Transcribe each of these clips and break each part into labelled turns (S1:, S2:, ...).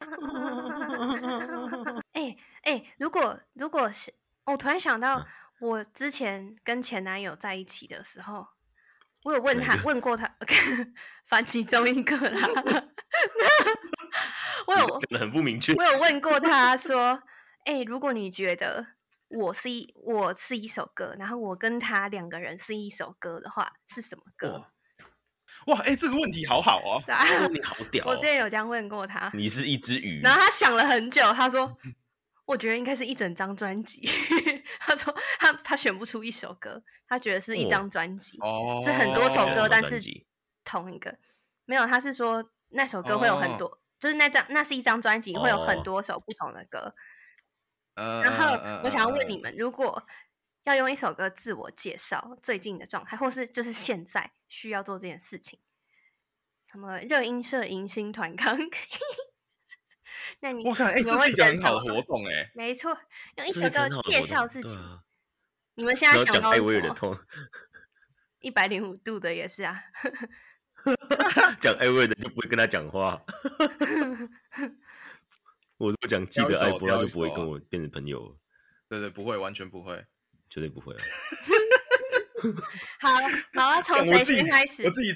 S1: 哎如果如果是，我突然想到
S2: 嗯，
S1: 我之前跟前男友在一起的时候，我有问
S2: 哪一
S1: 他
S2: 个
S1: 问过他， 反其中一个啦。 我
S2: 你
S1: 有
S2: 讲的很不明确。
S1: 我有问过他说：“哎、如果你觉得我是一我是一首歌，然后我跟他两个人是一首歌的话，是什么歌
S2: 哇哇，哎、这个问题好好哦？”，
S1: 对啊，
S2: 这个问题好屌、
S1: 我
S2: 哦
S1: 之。前有这样问过他，
S2: 你是一只鱼，
S1: 然后他想了很久，他说：“
S2: 嗯
S1: 我觉得应该是一整张专辑。” 他说他他选不出一首歌，他觉得是一
S2: 哦
S1: 张专辑，
S2: 哦，
S1: 是很多首
S2: 原来
S1: 歌，
S2: 什么
S1: 但
S2: 专
S1: 是
S2: 辑
S1: 同一个没有。他是说那首歌会有很
S2: 哦
S1: 多，就是那张那是一张专辑，会有
S2: 哦
S1: 很多首不同的歌。
S2: 呃
S1: 然
S2: 呃
S3: 嗯
S1: 后我想要
S2: 呃
S1: 问你们，如果要用一首歌自我介绍最近的状态，或是就是现在需要做这件事情，什么热音社迎新团康， 那你
S2: 我看，哎、
S1: 你
S2: 这
S1: 们会
S2: 是一个
S1: 选
S2: 很
S1: 什
S2: 好的
S1: 么
S2: 活动、哎，
S1: 没错，用一
S2: 这
S1: 首
S2: 是一个
S1: 歌
S2: 很好的
S1: 介
S2: 活
S1: 绍
S2: 动
S1: 自
S2: 对
S1: 己。
S2: 啊
S1: 你们现
S2: 然
S1: 在
S2: 后
S1: 想
S2: 讲
S1: 到
S2: 艾
S1: 什
S2: 薇儿的
S1: 么？
S2: 痛，
S1: 一百零五度的也是啊，
S2: 讲艾薇儿的就不会跟他讲话。 我如果讲记
S3: 挑一
S2: 得艾
S3: 首
S2: 博拉，
S3: 挑
S2: 就
S3: 一
S2: 不会
S3: 首啊
S2: 跟我变成朋友了，
S3: 对对，不会，完全不会。
S2: 绝对不会啊。
S1: 好好啊，从
S3: 干我
S1: 谁
S3: 自己
S1: 先开始
S3: 我？自己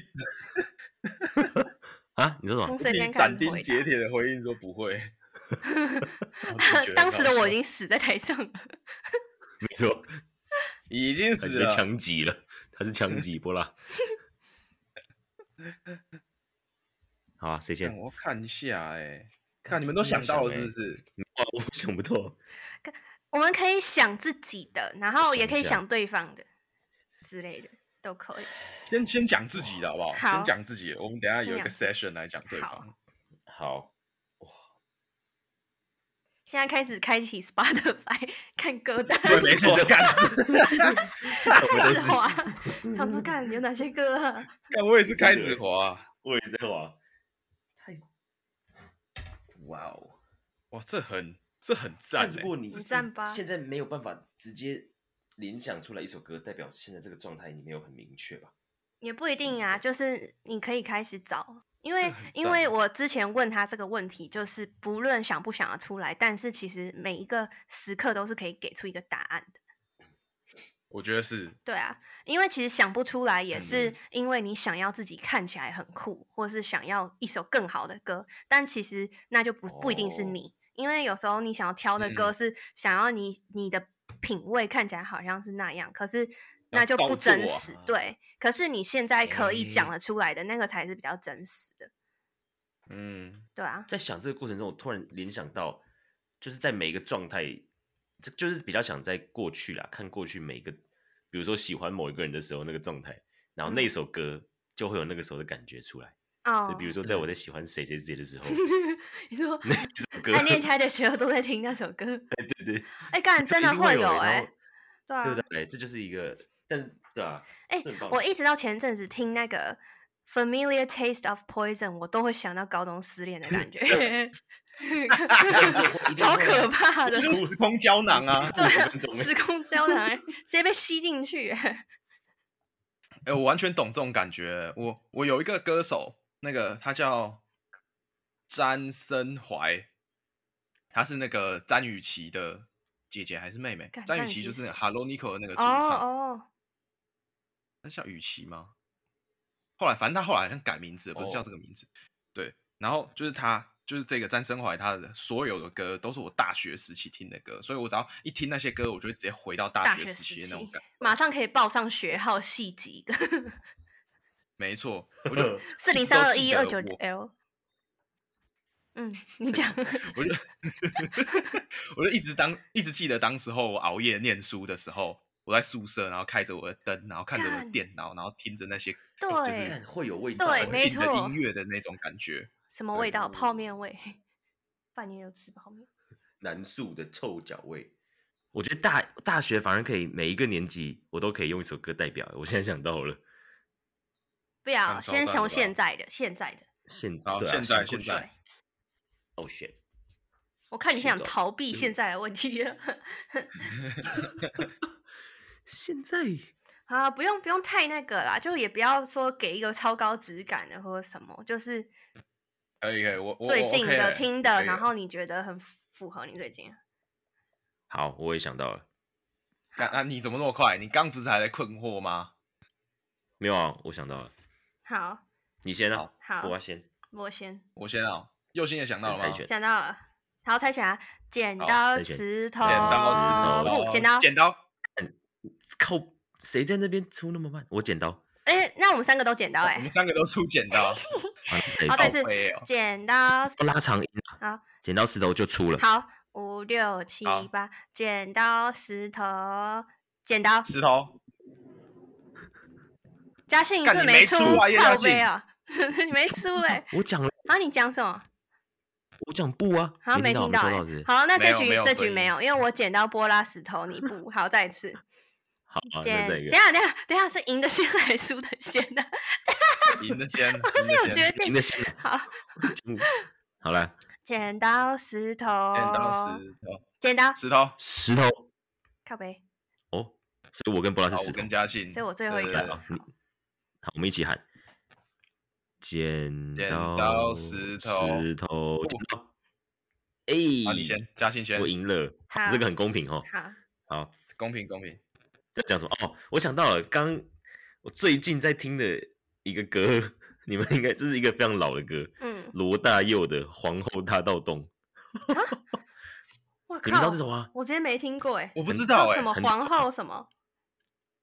S2: 啊，你说什么
S1: 从？谁先
S3: 凭
S1: 开
S3: 斩
S1: 始
S3: 钉
S1: 回
S3: 截
S1: 答？
S3: 铁的回应说不会。我自己觉得
S1: 当
S3: 很
S1: 时
S3: 好
S1: 的我已
S3: 笑
S1: 经死在台上了。
S2: 没错，
S3: 已经
S2: 他
S3: 死
S2: 被
S3: 了，
S2: 枪击了，他是枪击波 拉。好啊， 谁先
S3: 看？我看一下哎、
S2: 看
S3: 看你们都
S2: 自己要
S3: 想到了
S2: 想欸
S3: 是不是？
S2: 哇，我想不到。
S1: 我们可以想自己的，然后
S2: 想
S1: 也可
S2: 一
S1: 以
S2: 下
S1: 想对方的之类的，都可以。
S3: 先先讲自己的好不好？
S1: 好
S3: 先讲自己的，我们等一下
S1: 先
S3: 有一
S1: 讲
S3: 个 session 来讲对
S1: 好
S3: 方。
S2: 好，
S1: 现在开始开启 Spotify 看歌单，
S3: 对，没 错，干
S2: 我们
S1: 开
S2: 都
S1: 始
S2: 是，
S1: 滑，想说看有哪些歌啊？
S3: 干，我也是开始滑、啊
S2: 我也是啊在玩。太，哇哦！
S3: 哇，这很这很赞、
S2: 但
S3: 欸
S2: 如，果你
S1: 你
S2: 自己
S1: 赞吧
S2: 现在没有办法直接联想出来一首歌，代表现在这个状态你没有很明确吧？
S1: 也不一定啊，就是你可以开始找，因
S3: 这
S1: 为
S3: 很
S1: 因
S3: 赞
S1: 为我之前问他这个问题，就是不论想不想得出来，但是其实每一个时刻都是可以给出一个答案的。
S3: 我觉得是
S1: 对啊，因为其实想不出来，也
S3: 嗯
S1: 是因为你想要自己看起来很酷，或是想要一首更好的歌，但其实那就不不一定是
S2: 哦
S1: 你，因为有时候你想要挑的歌
S3: 嗯
S1: 是想要你你的品味看起来好像是那样，可是
S3: 要
S1: 那就
S3: 造
S1: 不
S3: 作
S1: 真
S3: 啊
S1: 实。对，可是你现在可以讲
S2: 诶
S1: 得出来的那个才是比较真实的，
S3: 嗯，
S1: 对啊，
S2: 在想这个过程中，我突然联想到，就是在每一个状态，这就是比较想在过去啦，看过去每一个，比如说喜欢某一个人的时候那个状态，然后那
S1: 嗯
S2: 首歌就会有那个时候的感觉出来。
S1: 哦
S2: 就，比如说，在我在喜欢谁谁谁的 时候，
S1: 你说
S2: 那首歌，
S1: 暗 恋他的时候都在听那首歌，
S2: 对对，
S1: 哎、干
S2: 就
S1: 真
S2: 一
S1: 的
S2: 定会
S1: 有
S2: 有欸
S1: 哎、
S2: 然后
S1: 对啊，
S2: 对不对？这就是一个，但是对啊，
S1: 哎、
S2: 这很
S3: 嗯
S2: 棒，
S1: 我一直到前阵子听那个《Familiar Taste of Poison》，我都会想到高中失恋的感觉超可怕的
S3: 这。就是时空胶囊啊！
S1: 对啊
S2: 分钟， 欸
S1: 时空胶囊欸直接被吸进去欸。
S3: 哎、我完全懂这种感觉。我我有一个歌手，那个他叫詹森怀，他是那个詹雨绮的姐姐还是妹妹
S1: 干？
S3: 詹
S1: 詹
S3: 雨
S1: 雨
S3: 绮
S1: 绮
S3: 就是
S1: 是
S3: 那个 Hello Nico 的那个主
S1: 哦
S3: 唱，
S1: 哦，
S3: 那、叫雨绮吗？后来反正他后来好像改名字了，不是叫
S2: 哦
S3: 这个名字。对，然后就是他。就是这个詹森怀，他的所有的歌都是我大学时期听的歌，所以我只要一听那些歌，我就会直接回到大
S1: 大
S3: 学
S1: 学
S3: 时
S1: 时
S3: 期的那种
S1: 期
S3: 感。
S1: 马上可以报上学号系级的
S3: 没错，我就
S1: 四零
S3: 一直都
S1: 三二
S3: 记
S1: 一
S3: 得
S1: 二九
S3: 我
S1: L。嗯，你 讲
S3: 我就我就一直当一直记得当时候我熬夜念书的时候，我在宿舍，然后开着我的灯，然后看着我的
S1: 干
S3: 电脑，然后听着那些
S1: 对
S2: 干会有味道欸，
S1: 对，没
S3: 纯净的
S1: 错
S3: 音，乐的那种感觉。
S1: 什么味道？泡
S2: 嗯
S1: 面味。 半年有吃泡面。
S2: 难诉的臭脚味。我觉得大大学反而可以每一个年级，我都可以用一首歌代表欸。我现在想到了，
S1: 不要，
S3: 看超
S1: 先
S3: 赞
S1: 从
S3: 的吧
S1: 现在的，现在的。
S2: 现
S3: 好
S2: 对啊
S3: 现在
S2: 过
S3: 现
S2: 去
S3: 在
S2: ，Oh shit，
S1: 我看你是
S2: 去
S1: 想
S2: 找
S1: 逃避
S2: 就是
S1: 现在的问题了
S2: 现在
S1: 啊，不用不用太那个啦，就也不要说给一个超高质感的或者什么，就是
S3: 可以可以，我我
S1: 最近的、听的，然后
S3: 你
S1: 你觉得很符符合你最近的。
S2: 好，我也想到了，
S3: 干啊，你怎么那么快？你刚不是还在困惑吗？
S2: 没有啊，我想到了，
S1: 好
S2: 你先啊
S3: 好，
S1: 好
S2: 我，要先
S1: 我先
S3: 我先啊，右心也想到了
S2: 猜
S3: 吗？
S2: 拳，
S1: 讲到了，好猜拳啊，剪
S2: 好
S1: 刀
S2: 猜拳
S1: 石头
S2: 剪刀石头
S1: 布，哦剪刀。
S3: 哦剪刀，
S2: 靠，谁在那边出那么慢？我剪刀，
S1: 哎，那我们三个都剪刀
S3: 哦我
S1: 哎
S3: 们，三个都出剪 刀，
S1: 哦
S2: 好，等一
S1: 好，再
S2: 下
S1: 一次
S3: 靠背哦
S1: 剪刀石
S2: 我拉长音啊
S1: 好，
S2: 剪刀石头就出了，
S1: 好，五六七
S3: 好
S1: 八，剪刀石头，剪刀。
S3: 石头，
S1: 嘉信
S3: 干
S1: 是
S3: 你没
S1: 出
S3: 出啊叶嘉
S1: 靠背
S3: 信
S1: 啊， 你没出哎、
S2: 我讲了，
S1: 然后你讲什么？
S2: 我讲不啊，
S1: 好像没
S2: 听
S1: 听到
S2: 到，没收
S1: 哎、
S2: 到是不是？
S1: 好，那
S3: 没
S1: 这
S3: 有
S1: 局
S3: 没有
S1: 这
S3: 声
S1: 局没
S3: 音
S1: 有，因为我剪刀波拉石头你不。好，再一次。
S2: 哦好，好那
S1: 剪，
S2: 这
S1: 等一
S2: 个
S1: 下等一下等一下是赢的先还是输的先呢、
S3: 赢的先，
S1: 没
S3: 没
S1: 有决定
S2: 赢的先来，
S1: 好，
S2: 嗯好了，
S1: 剪刀石头，
S3: 剪刀
S1: 哦
S3: 石头，
S1: 剪刀
S3: 石头，
S2: 石头
S1: 靠背，
S2: 哦，所以我跟博拉是
S3: 好，
S2: 石
S3: 我
S2: 头
S3: 跟，嘉信，
S1: 所以我最后一
S3: 对
S1: 个
S2: 来
S3: 对对
S2: 啊，你好，我们一起喊，剪
S3: 剪
S2: 刀
S3: 刀石头哦
S2: 石头剪刀，
S3: 好，
S2: 哎，
S3: 你先，嘉信先
S2: 我，赢了
S1: 好，
S2: 这个很公平哦。
S1: 好，
S2: 好，
S3: 公平公平，
S2: 要讲什么？哦，我想到了，刚我最近在听的一个歌，你们应该这是一个非常老的歌，
S1: 嗯，
S2: 罗大佑的《皇后大道东》，
S1: 我
S2: 你们知道
S1: 靠
S2: 这，首吗？
S1: 我之前没听过哎、
S3: 我不知
S1: 叫
S3: 道哎
S1: 什，么
S2: 欸很
S1: 皇后什么？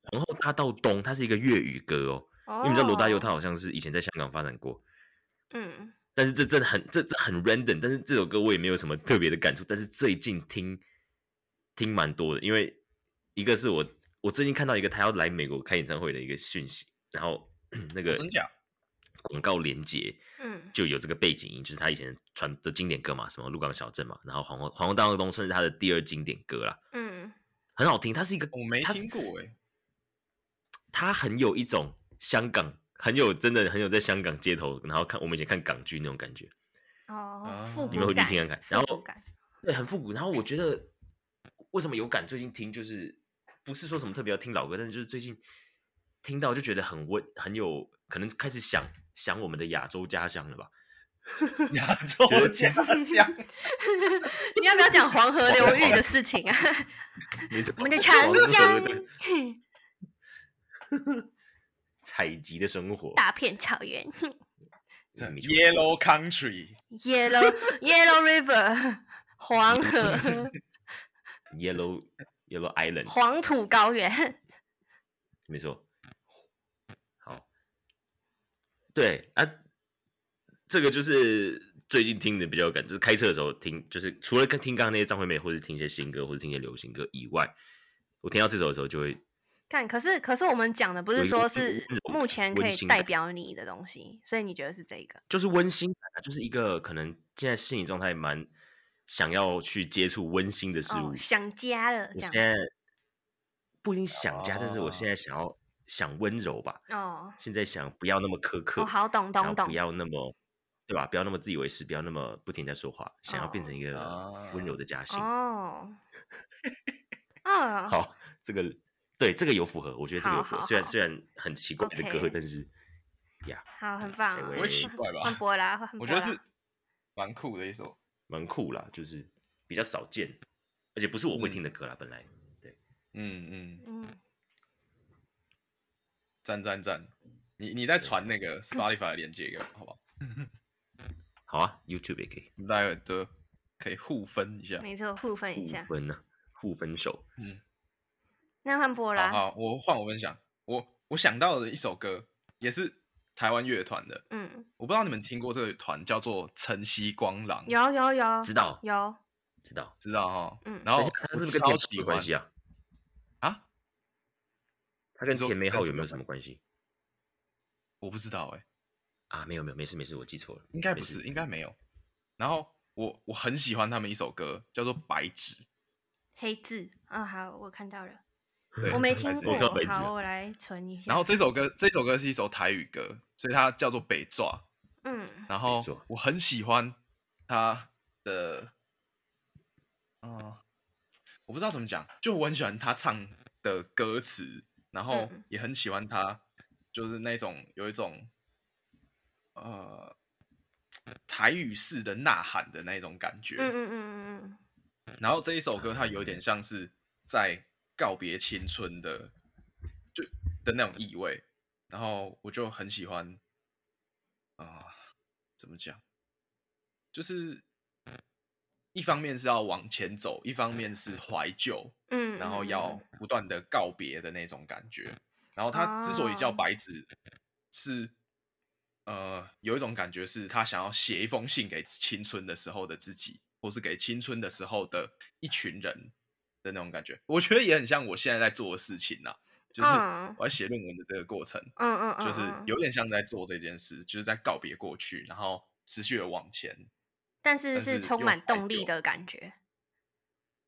S2: 《皇后大道东》它是一个粤语歌哦，
S1: 哦，
S2: 因为你知道罗大佑他好像是以前在香港发展过，
S1: 嗯，
S2: 但是这真的很这这很 random，但是这首歌我也没有什么特别的感触，但是最近听听蛮多的，因为一个是我我最近看到一个他要来美国开演唱会的一个讯息，然后 那个
S3: 哦真假？
S2: 广告连接，
S1: 嗯
S2: 就有这个背景音，就是他以前传的经典歌嘛，什么《鹿港小镇》嘛，然后《皇后皇后大道东》算是他的第二经典歌啦，
S1: 嗯
S2: 很好听。它欸是一个，
S3: 我没
S2: 它是
S3: 听过哎，
S2: 它很有一种香港，很有真的很有在香港街头，然后看我们以前看港剧那种感觉，
S1: 哦
S3: 啊，
S1: 复
S2: 你
S1: 古
S2: 们回去
S1: 感，
S2: 听看看。
S1: 复
S2: 然
S1: 古
S2: 后
S1: 感
S2: 对，很复古。然后我觉得为什么有感？最近听就是不是说什么特别要听老歌，但是就是最近听到就觉得很温，很有可能开始想想我们的亚洲家乡了吧。
S3: 亚洲
S2: 觉得
S3: 家乡，
S1: 你要不要讲黄河流域的事情啊？
S2: 没错
S1: 我 们的长
S2: 黄河
S1: 江
S2: 采集的生活，
S1: 大片草原
S2: 嗯没错
S3: Yellow Country，
S1: ，Yellow Yellow River，黄 河
S2: Yellow Yellow Island，
S1: 黄土高原。
S2: 没错。好，对啊，这个就是最近听的比较有感，就是开车的时候听，就是除了跟听刚刚那些张惠妹，或者听一些新歌，或者听一些流行歌以外，我听到这首的时候就会
S1: 看，可是可是我们讲的不
S2: 有
S1: 是
S2: 一
S1: 说
S2: 个
S1: 是
S2: 温柔
S1: 目前可
S2: 温
S1: 以
S2: 馨
S1: 代
S2: 感
S1: 表你的东西，所以你觉得是这一个？
S2: 就是温馨感啊，就是一个可能现在心理状态蛮想要去接触温馨的事物，
S1: 哦，想家了
S2: 我
S1: 这
S2: 现
S1: 样。
S2: 在不一定想家，但是我现在想要想温柔吧，
S1: 哦，
S2: 现在想不要那么苛刻，
S1: 我哦好懂
S2: 然后
S1: 懂懂
S2: 不。要那么对吧？不要那么自以为是，不要那么不停地在说话，想要变成一个温柔的家信。
S1: 哦，哦，
S2: 好，这个对这个有符合，我觉得这个有符合。
S1: 好好
S2: 虽然
S1: 好
S2: 虽然很奇怪的歌
S1: OK
S2: 但是呀，
S1: 好，很棒
S2: 哎
S1: 啊。
S2: 我
S3: 不
S2: 也
S3: 会奇
S2: 是
S3: 怪吧
S1: 换？波拉，换
S3: 我
S1: 波
S3: 觉得
S1: 拉
S3: 是蛮酷的一首。
S2: 蛮酷啦，就是比较少见，而且不是我会
S3: 嗯
S2: 听的歌啦，本来。
S3: 嗯嗯，
S1: 嗯，
S3: 赞赞赞！你你再传那个 Spotify 的链接给我，好不好？
S2: 好啊，YouTube 也可以
S3: 我们待会都可以互分一下。
S1: 没错，互分一
S2: 互
S1: 下。
S2: 分呢，互分手。
S3: 嗯，
S1: 那换波
S3: 好
S1: 拉，
S3: 好，我换我分享。我我想到的一首歌也是台湾乐团的，
S1: 嗯，
S3: 我不知道你们听过这个团叫做晨曦光廊，
S1: 有有有
S2: 知道
S1: 有，
S2: 知道，
S3: 知道哈？
S1: 嗯
S3: 然后
S2: 等一下它
S3: 我
S2: 是不是跟
S3: 超
S2: 田浩
S3: 喜
S2: 有
S3: 欢
S2: 关系啊？
S3: 啊，
S2: 它跟
S3: 你说
S2: 甜美
S3: 跟
S2: 号
S3: 什
S2: 有没
S3: 么
S2: 有
S3: 有
S2: 什么关系
S3: 我不知道哎、
S2: 啊？没有没有，没事没事，我记错了，
S3: 应该
S2: 没
S3: 不
S2: 事
S3: 是，应该没有。然后我我很喜欢他们一首歌，叫做《白纸》。
S1: 黑字。啊，好，我看到了，
S3: 对
S1: 我没
S3: 白
S1: 听
S3: 纸
S1: 过
S2: 我看到白。纸
S1: 好，
S2: 了
S1: 我来存一下。
S3: 然后这首歌，这首歌是一首台语歌，所以它叫做《北抓》。
S1: 嗯，
S3: 然后
S2: 错
S3: 我很喜欢他的，嗯、我不知道怎么讲，就我很喜欢他唱的歌词，然后
S1: 嗯
S3: 也很喜欢他，就是那种有一种，呃，台语式的呐喊的那种感觉。
S1: 嗯嗯嗯嗯嗯，
S3: 然后这一首歌它有点像是在告别青春的，就的那种意味。然后我就很喜欢，啊、怎么讲？就是一方面是要往前走，一方面是怀旧，
S1: 嗯，
S3: 然后
S1: 嗯
S3: 要不断的告别的那种感觉。然后它之所以叫
S1: 哦
S3: 白纸，是呃有一种感觉是他想要写一封信给青春的时候的自己，或是给青春的时候的一群人的那种感觉。我觉得也很像我现在在做的事情呐、就是
S1: 嗯
S3: 我在写论文的这个过程，
S1: 嗯嗯嗯，
S3: 就是
S1: 嗯，
S3: 有点像在做这件事，就是在告别过去，然后持续的往前。
S1: 但是
S3: 但
S1: 是
S3: 是
S1: 充
S3: 又
S1: 满
S3: 怀
S1: 动力
S3: 旧
S1: 的感觉，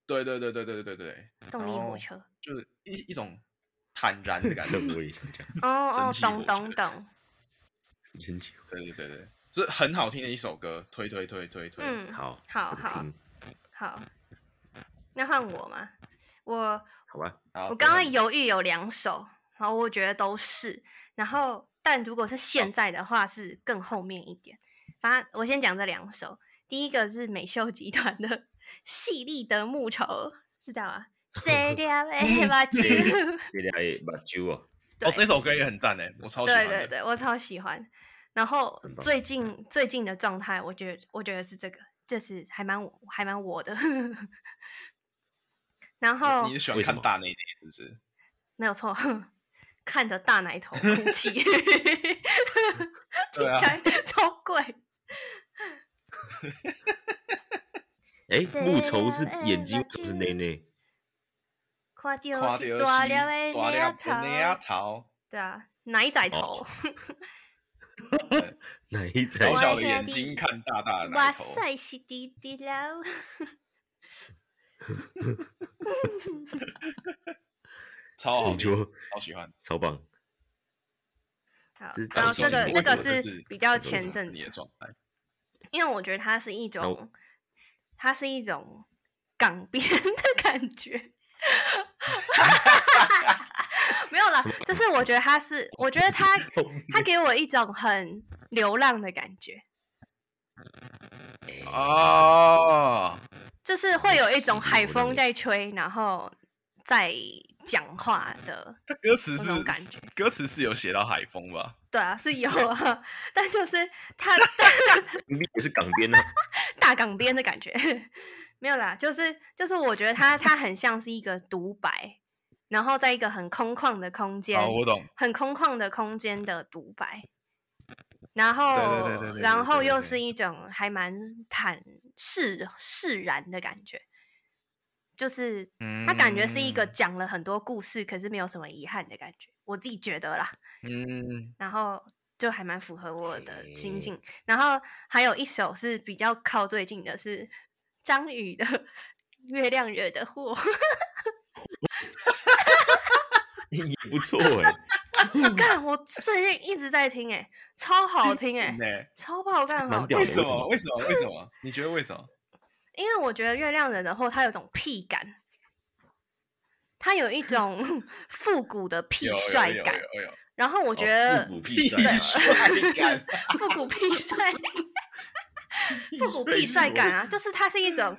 S3: 对对对对对对对对，
S1: 动力
S3: 哦
S1: 火车。
S3: 就是一一种坦然的感觉
S2: 这。我也想讲，
S1: 哦哦，
S3: 气
S1: 懂
S3: 火
S1: 懂
S3: 车
S1: 懂，
S2: 真久。
S3: 对对对对，就是很好听的一首歌，推推推推推。
S1: 嗯，
S2: 好，
S1: 好
S2: 我
S1: 好
S2: 听，
S1: 好，那换我吗？我
S2: 好吧，
S3: 好
S1: 我
S3: 等
S1: 刚刚
S3: 等
S1: 犹豫有两首，然后我觉得都是，然后但如果是现在的话是更后面一点。反正我先讲这两首，第一个是美秀集团的《细粒的木头》，是这样吗？ 谁的尾巴
S2: 细粒
S1: 揪
S2: 这俩也把酒哦，
S1: 对
S3: 哦，这首歌也很赞欸诶，我超喜欢
S1: 对对
S3: 的。
S1: 对，我超喜欢。然后
S2: 很棒
S1: 最近最近的状态，我觉得我觉得是这个，就是还蛮我还蛮我的。 然后
S3: 你你是喜欢
S2: 为什
S3: 看
S2: 么
S3: 大内内是不是？
S1: 没有错， 看着大奶头哭 泣，听
S3: 对啊
S1: 起来超怪。
S2: 哎，木头是
S1: 这俩
S2: 眼睛
S1: 目，
S2: 不是内内，
S1: 看到
S3: 夸
S1: 是
S3: 掉
S1: 大
S3: 大
S1: 了的
S3: 大了
S1: 奶
S3: 的牙
S1: 头，
S3: 头，
S1: 对啊，奶仔头
S2: 哦，哪一仔
S3: 小
S1: 我
S3: 小的
S1: 爱
S3: 眼
S1: 听
S3: 睛看大大的
S1: 哇
S3: 奶头。
S1: 塞是滴滴了。
S3: 超好
S2: 你
S3: 听，
S2: 就
S3: 超喜欢。
S2: 超棒。
S1: 好
S2: 这是，
S1: 然后
S2: 早期
S1: 这
S2: 的
S1: 个这
S2: 我觉
S1: 个
S2: 得
S3: 这
S1: 是
S3: 是
S1: 比较
S2: 很多
S1: 前
S2: 是
S1: 阵
S3: 你
S1: 子
S3: 哦的，状态，
S1: 因为我觉得它是一
S2: 我
S1: 种，它是一种港边的感觉。 没有啦，就是我觉得它是，我觉得它它给我一种很流浪的感觉，
S3: 哦，
S1: 就是会有一种海
S2: 流浪
S1: 风
S2: 的
S1: 在吹，然后在讲话的。
S3: 他歌词
S1: 那
S3: 是
S1: 种感觉
S3: 歌词是有写到海风吧？
S1: 对啊，是有啊， 但就是它但
S2: 也是港边呢， 啊
S1: 大港边的感觉，没有啦，就是就是我觉得它它很像是一个独白，然后在一个很空旷的空间，
S3: 哦，我懂。
S1: 很空旷的空间的独白，然后
S3: 对对对
S1: 然后
S3: 对
S1: 又
S3: 对
S1: 是一种还蛮坦释释然的感觉，就是
S3: 嗯，
S1: 他感觉是一个讲了很多故事，可是没有什么遗憾的感觉，我自己觉得啦。
S3: 嗯，
S1: 然后就还蛮符合我的心
S2: 嘿
S1: 境。然后还有一首是比较靠最近的是张宇的《月亮惹的 祸》，
S2: 也不错 哎。
S1: 干我最近一直在听、欸，超好听 哎、
S3: 呢？
S1: 超爆干
S2: 蛮
S1: 好听
S2: 屌
S3: 为
S2: 的
S3: 什
S2: 为什
S3: 么？
S2: 么
S3: 为什么？为什么？你觉得为 什么？
S1: 因为我觉得《月亮惹的祸》它有种屁感，它有一种 复古的痞
S3: 有
S1: 帅
S3: 有有
S1: 感。
S3: 有有
S1: 然后我觉得
S2: 哦 复古
S3: 屁
S2: 屁 帅，
S3: 帅感，
S1: 复古痞帅， 复古痞
S3: 屁
S1: 帅
S3: 帅
S1: 感啊，就是它是一种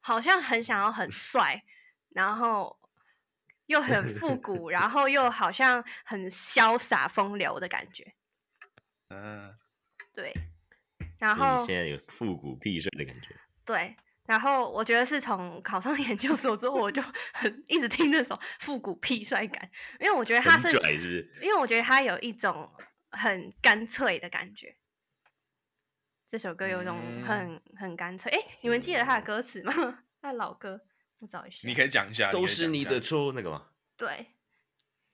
S1: 好像很想要很帅，然后又很 复古，然后又好像很潇洒风流的感觉，
S3: 嗯，
S1: 对。然
S2: 所以
S1: 后
S2: 嗯现在有复古屁帅的感觉。
S1: 对，然后我觉得是从考上研究所之后，我就很一直听这首复古痞帅感，因为我觉得它
S2: 很
S1: 是，
S2: 拽是不
S1: 因为我觉得它有一种很干脆的感觉。这首歌有一种
S3: 嗯
S1: 很、很干脆，哎，你们记得它的歌词吗？ 它的老歌，我找一下。
S3: 你可以讲一下，
S2: 是？都
S3: 可以
S2: 是
S3: 讲一
S2: 你
S3: 下
S2: 的错，那个嘛，
S1: 对，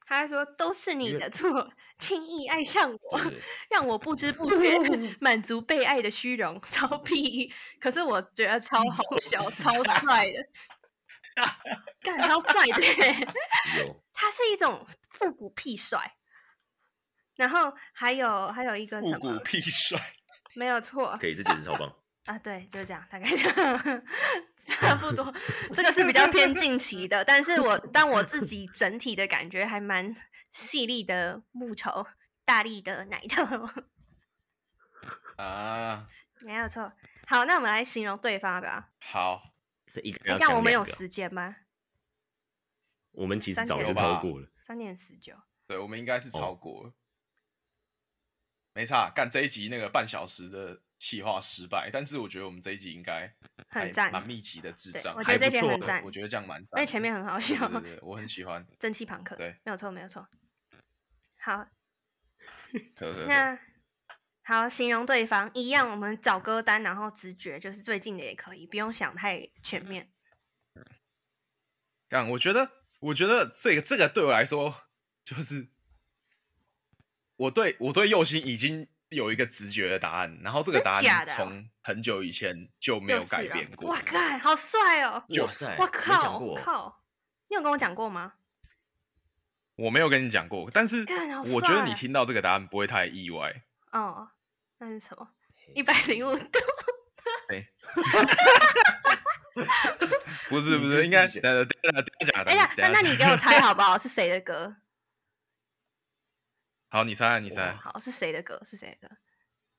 S1: 他还说都是你
S2: 因为
S1: 的错， 轻易爱上我
S2: 对，不对？
S1: 让我不知不觉 满足被爱的虚荣， 超屁！可是我觉得超好笑，超帅的，干超帅的 欸，
S2: 有
S1: 他是一种复古屁帅。然后还有还有一个
S3: 复
S1: 什
S3: 古
S1: 么，
S3: 屁帅，
S1: 没有错
S2: 可以，这解释超棒。
S1: 啊，对，就是这样，大概这样，差不多。这个是比较偏近期的，但是我但我自己整体的感觉还蛮细腻的木头，大力的奶头。
S3: 啊，
S1: 没有错。好，那我们来形容对方吧。
S3: 好，
S2: 是一个
S1: 哎，
S2: 人要
S1: 但
S2: 讲
S1: 我们
S2: 两
S1: 有
S2: 个哦
S1: 时间吗？
S2: 我们其实
S1: 三
S2: 早
S1: 点
S2: 就
S3: 吧
S2: 超过了。
S1: 三点十九，
S3: 对，我们应该是超
S2: 哦
S3: 过了。没差，干这一集那个半小时的企划失败，但是我觉得我们这一集应该还
S1: 很赞，
S3: 蛮密集的智
S1: 对
S3: 障，
S1: 我觉
S3: 还
S1: 得这
S3: 不
S1: 集
S3: 错
S1: 很
S3: 的
S1: 赞
S3: 我觉得这样蛮赞的。
S1: 而且前面很好笑，
S3: 对对对，我很喜欢。
S1: 蒸汽朋克，
S3: 对，
S1: 没有错，没有错。好，
S3: 呵呵呵
S1: 那好，形容对方一样，我们找歌单，然后直觉就是最近的也可以，不用想太全面。
S3: 干，我觉得，我觉得这个这个对我来说，就是我对我对右心已经有一个直觉的答案，然后这个
S1: 真
S3: 答
S1: 假
S3: 案
S1: 的哦
S3: 从很久以前就没
S1: 就
S3: 有
S1: 是
S3: 改
S1: 了
S3: 变过。
S1: 哇靠，好帅哦！
S3: 就哎
S2: 哇塞，
S1: 哇
S2: 没讲
S1: 靠，
S2: 过哦
S1: 靠，你有跟我讲过吗？
S3: 我没有跟你讲过，但是
S1: 干好
S3: 我觉得
S1: 帅啊
S3: 你听到这个答案不会太意外。
S1: 哦，那是什么？一百零五度，
S3: 不是
S2: 你
S3: 不
S2: 是
S3: 是，应该
S2: 自己
S3: 等等等等等讲。
S1: 哎呀，那
S3: 等
S1: 那
S3: 下
S1: 你给我猜好不好？是谁的歌？
S3: 好，你猜啊你猜
S2: 哇，
S1: 好，是谁的歌？是谁的歌？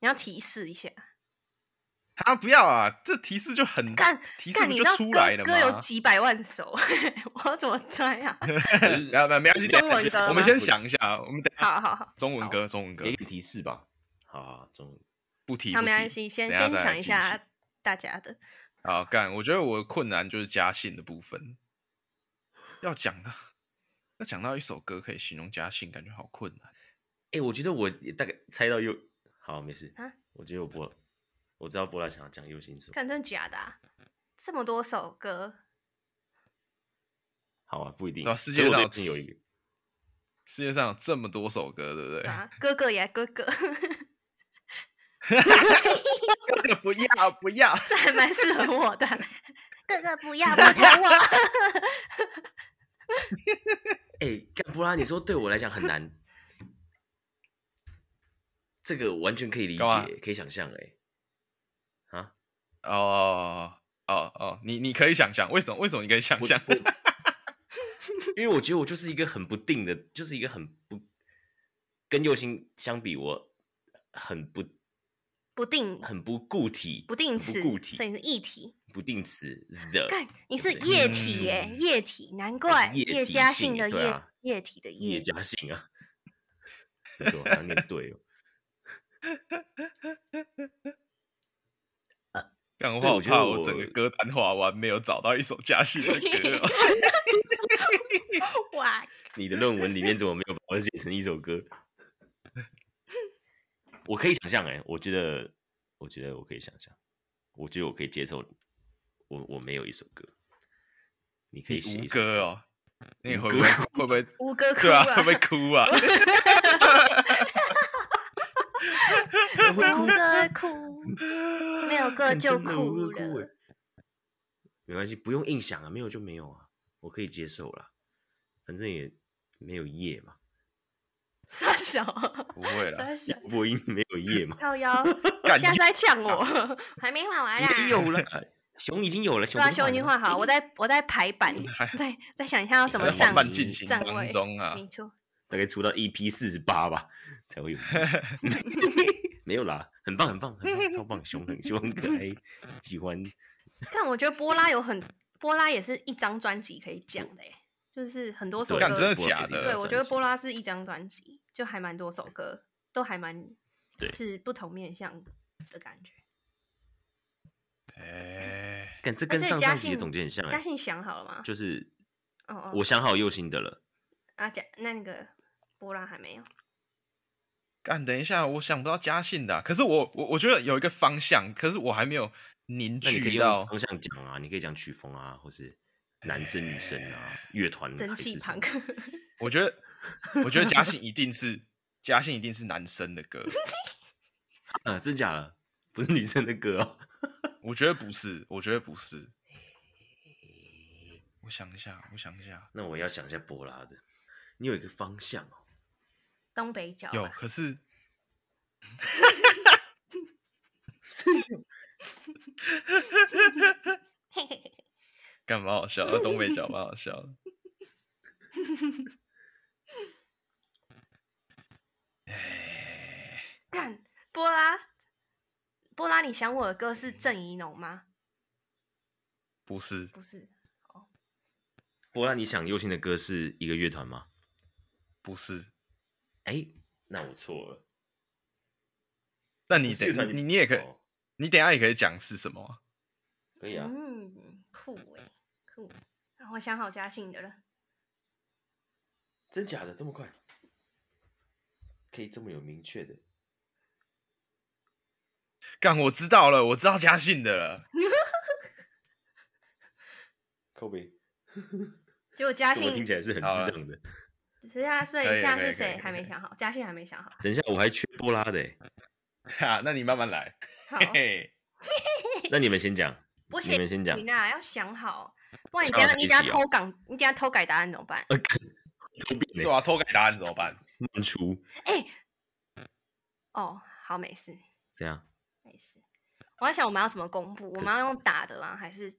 S1: 你要提示一下。
S3: 啊不要啊，这提示就很
S1: 干
S3: 提示
S1: 干，
S3: 不
S1: 你
S3: 就
S1: 知道
S3: 出
S1: 歌
S3: 来了
S1: 歌有
S3: 吗？
S1: 几百万首， 我要怎么猜啊？
S3: 不要不要，没关系，等
S1: 中
S3: 下
S1: 文歌
S3: 我们
S1: 吗
S3: 先想一下，我们等下
S1: 好好好，
S3: 中文
S1: 好
S3: 歌中文歌
S2: 给点提示吧。好啊好，好中文
S3: 不提
S1: 好，
S3: 不
S1: 没关
S3: 提。
S1: 系，先
S3: 等下
S1: 先
S3: 再来
S1: 想一
S3: 继
S1: 下
S3: 续
S1: 大家的。
S3: 好，干，我觉得我的困难就是嘉信的部分，要讲到要讲到一首歌可以形容嘉信，感觉好困难。
S2: 哎、我觉得我也大概猜到右，好，没事。
S1: 啊
S2: 我觉得我波，我知道波拉想要讲右心什么。
S1: 看真的假的、啊，这么多首歌，
S2: 好啊，不一定。
S3: 对啊世界
S2: 可是我
S3: 上
S2: 对
S3: 有
S2: 自己有一个，
S3: 世界上有这么多首歌，对不对？
S1: 对啊，哥哥也哥哥，
S3: 不要不要，
S1: 这还蛮适合我的。 哥哥不要不疼我，
S2: 哎、干波拉，你说对我来讲很难，这个完全可以理
S3: 干嘛
S2: 解，可以想象。哎，啊，
S3: 哦哦哦，你你可以想象，为什么为什么你可以想
S2: 我
S3: 象？
S2: 我因为我觉得我就是一个很不定的，就是一个很不跟右心相比，我很不
S1: 不定
S2: 很不固体，
S1: 不定
S2: 很
S1: 词，
S2: 不固体，
S1: 所以是液体。
S2: 不定词的。
S1: 看，你是
S2: 对不对
S1: 液体耶、
S3: 嗯
S1: 液体，难怪
S2: 液
S1: 叶
S2: 体
S1: 嘉
S2: 性
S1: 信
S2: 耶
S1: 的
S2: 对
S1: 液、
S2: 啊
S1: 液体的
S2: 叶
S1: 液，
S2: 嘉信啊， 不错，好像念对哦。
S3: 干我
S2: 对
S3: 好
S2: 我觉得
S3: 怕我
S2: 我
S3: 整个歌单画完没有找到一首嘉信的歌 哦、
S1: 哇，
S2: 你的论文里面怎么没有把我写成一首歌？我可以想象哎、我觉得，我觉得我可以想象，我觉得我可以接受。我我没有一首歌，你可以写
S3: 你
S2: 一
S3: 无
S2: 首
S3: 歌哦，那你
S2: 无
S3: 会不
S2: 歌
S3: 会会不会
S1: 吴哥哭
S3: 对啊？会不会 哭啊？
S2: 歌，会
S1: 吴哥哭，没有歌
S2: 看
S1: 就
S2: 真的我
S1: 哭
S2: 会哭
S1: 了
S2: 欸。没关系，不用硬想啊，没有就没有啊，我可以接受啦，反正也没有夜嘛，
S1: 傻小，
S3: 不会啦，
S1: 傻小，
S2: 播音没有 夜嘛，
S1: 靠腰
S3: 啊干，
S1: 现在在呛我，还没画完啦。啊
S2: 没有 啦，熊已经有了，
S1: 对
S2: 熊
S1: 啊，
S2: 不是
S1: 熊已经
S2: 换
S1: 画
S2: 了吗
S1: 好，我在我在排版
S3: 还，
S1: 再再想一下要怎
S2: 我
S1: 么
S3: 还在
S1: 站
S2: 站
S3: 缓慢
S2: 位
S3: 进行
S1: 站
S3: 当
S1: 位
S3: 中啊。
S1: 没错，
S2: 大概出到 EP 四十八吧，才会有。 没有啦，很棒，很棒，很棒，超棒，熊很熊很可爱，喜欢。
S1: 但我觉得波拉有很波拉也是一张专辑可以讲的耶，就是很多首
S2: 对
S1: 歌
S3: 干，真的假的
S1: 对，我觉得波
S2: 拉
S1: 拉是一张专辑，就还蛮多首歌，都还蛮
S2: 对
S1: 是不同面向的感觉。
S3: 哎，
S2: 看这
S1: 但
S2: 跟
S1: 是
S2: 上
S1: 嘉
S2: 上集的
S1: 信
S2: 总结很像欸，
S1: 嘉信想好了吗？
S2: 就是
S1: 哦哦，
S2: 我想好右心的了，
S1: 啊，讲那那个波拉还没有，
S3: 干，等一下，我想不到嘉信的啊、可是我我我觉得有一个方向，可是我还没有凝
S2: 那你可以
S3: 聚
S2: 用
S3: 到
S2: 方向讲啊，你可以讲曲风啊，或是男生女生啊，
S1: 哎
S2: 乐团
S1: 蒸
S2: 还
S1: 汽
S2: 是什
S1: 朋
S2: 么
S1: 克，
S3: 我觉得，我觉 得嘉信一定是嘉信一定是男生的歌，
S2: 啊，真假了？不是女生的歌哦，
S3: 我觉得不是，我觉得不是。我想一下，我想一下，
S2: 那我要想一下波拉的，你有一个方向哦。
S1: 东北角啊
S3: 有，
S2: 啊
S1: 吧
S3: 可是
S1: 嘿嘿嘿
S3: 干嘛好笑的？东北角蛮好笑的。 哎
S1: 干波拉，波拉，你想我的歌是郑怡农吗？
S3: 不是，
S1: 不是
S2: 波兰，你想右心的歌是一个乐团吗？
S3: 不是。
S2: 哎、那我错了。
S3: 那你
S2: 不是乐
S3: 等
S2: 团
S3: 你你也可以，
S2: 哦
S3: 你等一下也可以讲是什么啊、
S2: 可以啊。
S1: 嗯，酷哎、酷。然后我想好嘉信的了，
S2: 真假的这么快？可以这么有明确的？
S3: 干，我知道了，我知道嘉信的了。
S2: 扣呗，
S1: 结果嘉
S2: 这我
S1: 信
S2: 听起来是很
S3: 好了
S2: 智障的。
S1: 只剩下
S3: 可
S1: 最
S3: 以
S1: 下
S3: 可以
S1: 是
S3: 可
S1: 谁
S3: 以
S1: 还没
S3: 可以
S1: 想好，嘉信还没 想好。
S2: 等一下，我还缺波拉的欸。
S3: 哈，啊那你慢慢来。
S1: 好，
S3: 嘿嘿，
S2: 那你们先讲，
S1: 不
S2: 你
S1: 行，
S2: 们先讲
S1: 你。那要想好，不然你
S2: 想
S1: 等
S2: 好
S1: 下
S2: 才
S1: 你
S2: 可
S1: 等
S2: 以
S1: 下
S2: 洗哦
S1: 偷改，你等下偷改答案怎么办？
S2: 呃偷变
S3: 对
S2: 欸，
S3: 啊，偷改答案怎么办？
S2: 慢出
S1: 哎、哦，好，没事
S2: 这样。
S1: 没事。我在想我们要怎么公布，我
S2: 可
S1: 们要用打的吗？还是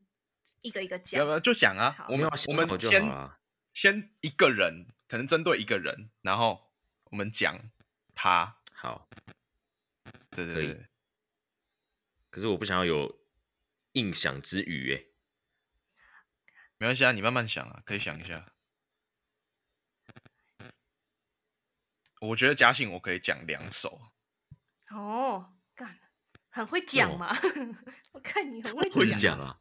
S1: 一个一个讲
S3: 要？不要就讲啊
S1: 好？
S3: 我们
S2: 没有
S3: 我
S2: 想好
S3: 们
S2: 就
S3: 先
S2: 好啊啦
S3: 先一个人，可能针对一个人，然后我们讲他。
S2: 好，
S3: 对对
S2: 可以
S3: 对，对
S2: 可是我不想要有印象之余哎。
S3: 没关系啊，你慢慢想啊，可以想一下。我觉得嘉信我可以讲两首，
S1: 哦，干，很会
S2: 哦
S1: 讲嘛！ 我看你很
S2: 会
S1: 会讲，
S2: 讲啊，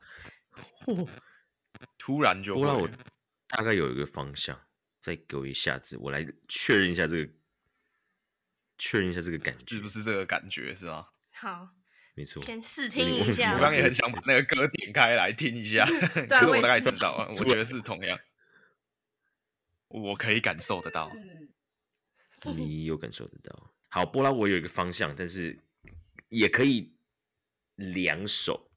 S3: 突然就
S2: 波拉
S3: 会
S2: 我大概有一个方向，再给我一下子，我来确认一下这个，确认一下这个感觉
S3: 是不是这个感觉是吗？
S1: 好，
S2: 没错。
S1: 先试
S2: 点
S1: 听一
S2: 问题
S1: 下。
S3: 我
S2: 啊
S3: 刚刚也很想把那个歌点开来听一下， 可是
S1: 嗯我也
S3: 我大概
S1: 是
S3: 知道啊，我觉得是同样，我可以感受得到。
S1: 嗯
S2: 你有感受得到。好，波拉我有一个方向，但是也可以两手。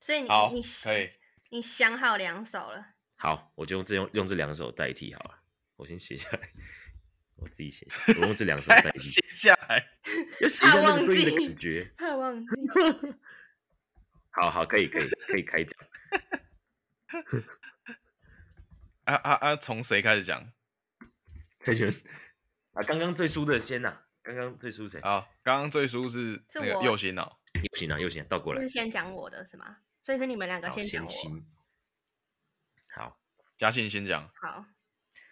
S1: 所以你
S3: 好
S1: 你，
S3: 可以，
S1: 你想好两首 了，
S2: 好，我就用这用用这两手代替好了。我先写下来，我自己写下来，我用这两手代 替
S3: 写，下来。
S2: 要写一下那
S1: 啊
S2: 个
S1: 忘
S2: 对应
S1: 记
S2: 的感觉。
S1: 怕忘记。
S2: 好好，可以可以可以开讲。
S3: 啊啊啊！从谁开始讲？
S2: 开始啊，刚刚最输的先呐、刚刚最输谁？
S3: 啊，刚刚最初是
S1: 是
S3: 那个
S1: 我
S3: 右心哦，
S2: 又行啊，又行、啊，倒过
S1: 就
S2: 来
S1: 是，先讲我的是吗？所以是你们两个
S2: 好，
S1: 啊先讲
S2: 先
S1: 我。
S2: 行。好，
S3: 嘉信先讲。
S1: 好，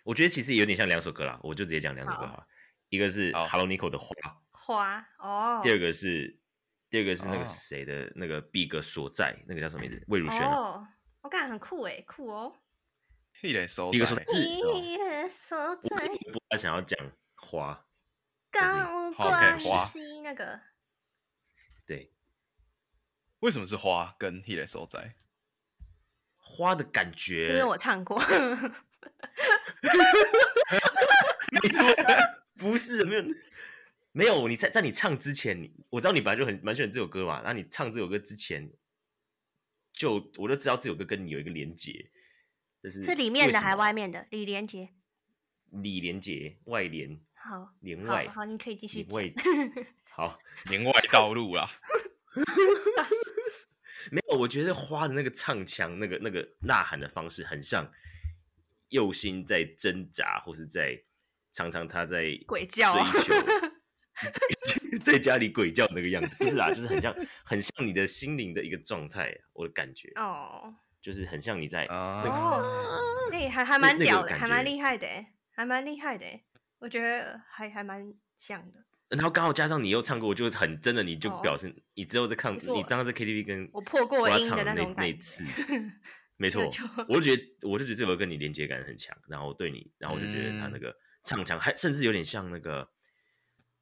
S2: 我觉得其实有点像两首歌啦，我就直接讲两首歌
S1: 好
S2: 好了。一个是
S3: 好
S2: Hello Nico 的花，
S1: 花哦，
S2: 第二个是第二个是那
S3: 哦
S2: 个谁的那个 Big 所在，那个叫什么名字？魏如萱啊，
S1: 哦，我感觉很酷诶，酷哦。
S3: 一雷收
S2: 一个说
S3: 窄
S2: 是哦
S1: 你的手在
S2: 我不太想要讲花，
S1: 高
S3: 好
S1: 挂
S3: ，OK，花
S1: 西那个，
S2: 对
S3: 为什么是花跟一雷收窄？
S2: 花的感
S1: 因
S2: 觉
S1: 为，我唱过。
S2: 没错，不是没有没有，你在在你唱之前，你我知道你本来就很蛮喜欢这首歌嘛，然后你唱这首歌之前，就我就知道这首歌跟你有一个连结，但是
S1: 是里面
S2: 为
S1: 的
S2: 什
S1: 还
S2: 么
S1: 外面的？李连杰。
S2: 里连结外连
S1: 好，
S2: 连
S1: 好
S2: 外
S1: 好，你可以继续
S2: 连
S1: 讲。
S2: 外好。
S3: 年外道 路啦，
S2: 没有，我觉得花的那个唱腔、那个那个呐喊的方式，很像右心在挣扎，或是在常常他在
S1: 鬼叫啊
S2: 追求在家里鬼叫的那个样子，不是啦，就是很像很像你的心灵的一个状态，我的感觉
S1: 哦
S2: 就是很像你在
S3: 啊
S2: 那个
S1: 哦，那还还
S2: 嗯那
S1: 蛮
S2: 那个
S1: 屌的，
S2: 感
S1: 还蛮
S2: 觉
S1: 厉害的欸，还蛮厉害的欸，我觉得还还蛮像的。
S2: 然后刚好加上你又唱歌，我就很真的，你就
S1: 哦
S2: 表示、你之后在看，
S1: 不是我
S2: 你当时在 KTV 跟
S1: 我破过
S2: 我要
S1: 音
S2: 唱
S1: 的那
S2: 那
S1: 种感
S2: 那
S1: 觉
S2: 次， 没错
S1: 那就，
S2: 我就觉得我就觉得这首歌跟你连接感很强，然后对你，然后我就觉得他那
S1: 嗯
S2: 个唱腔还甚至有点像那个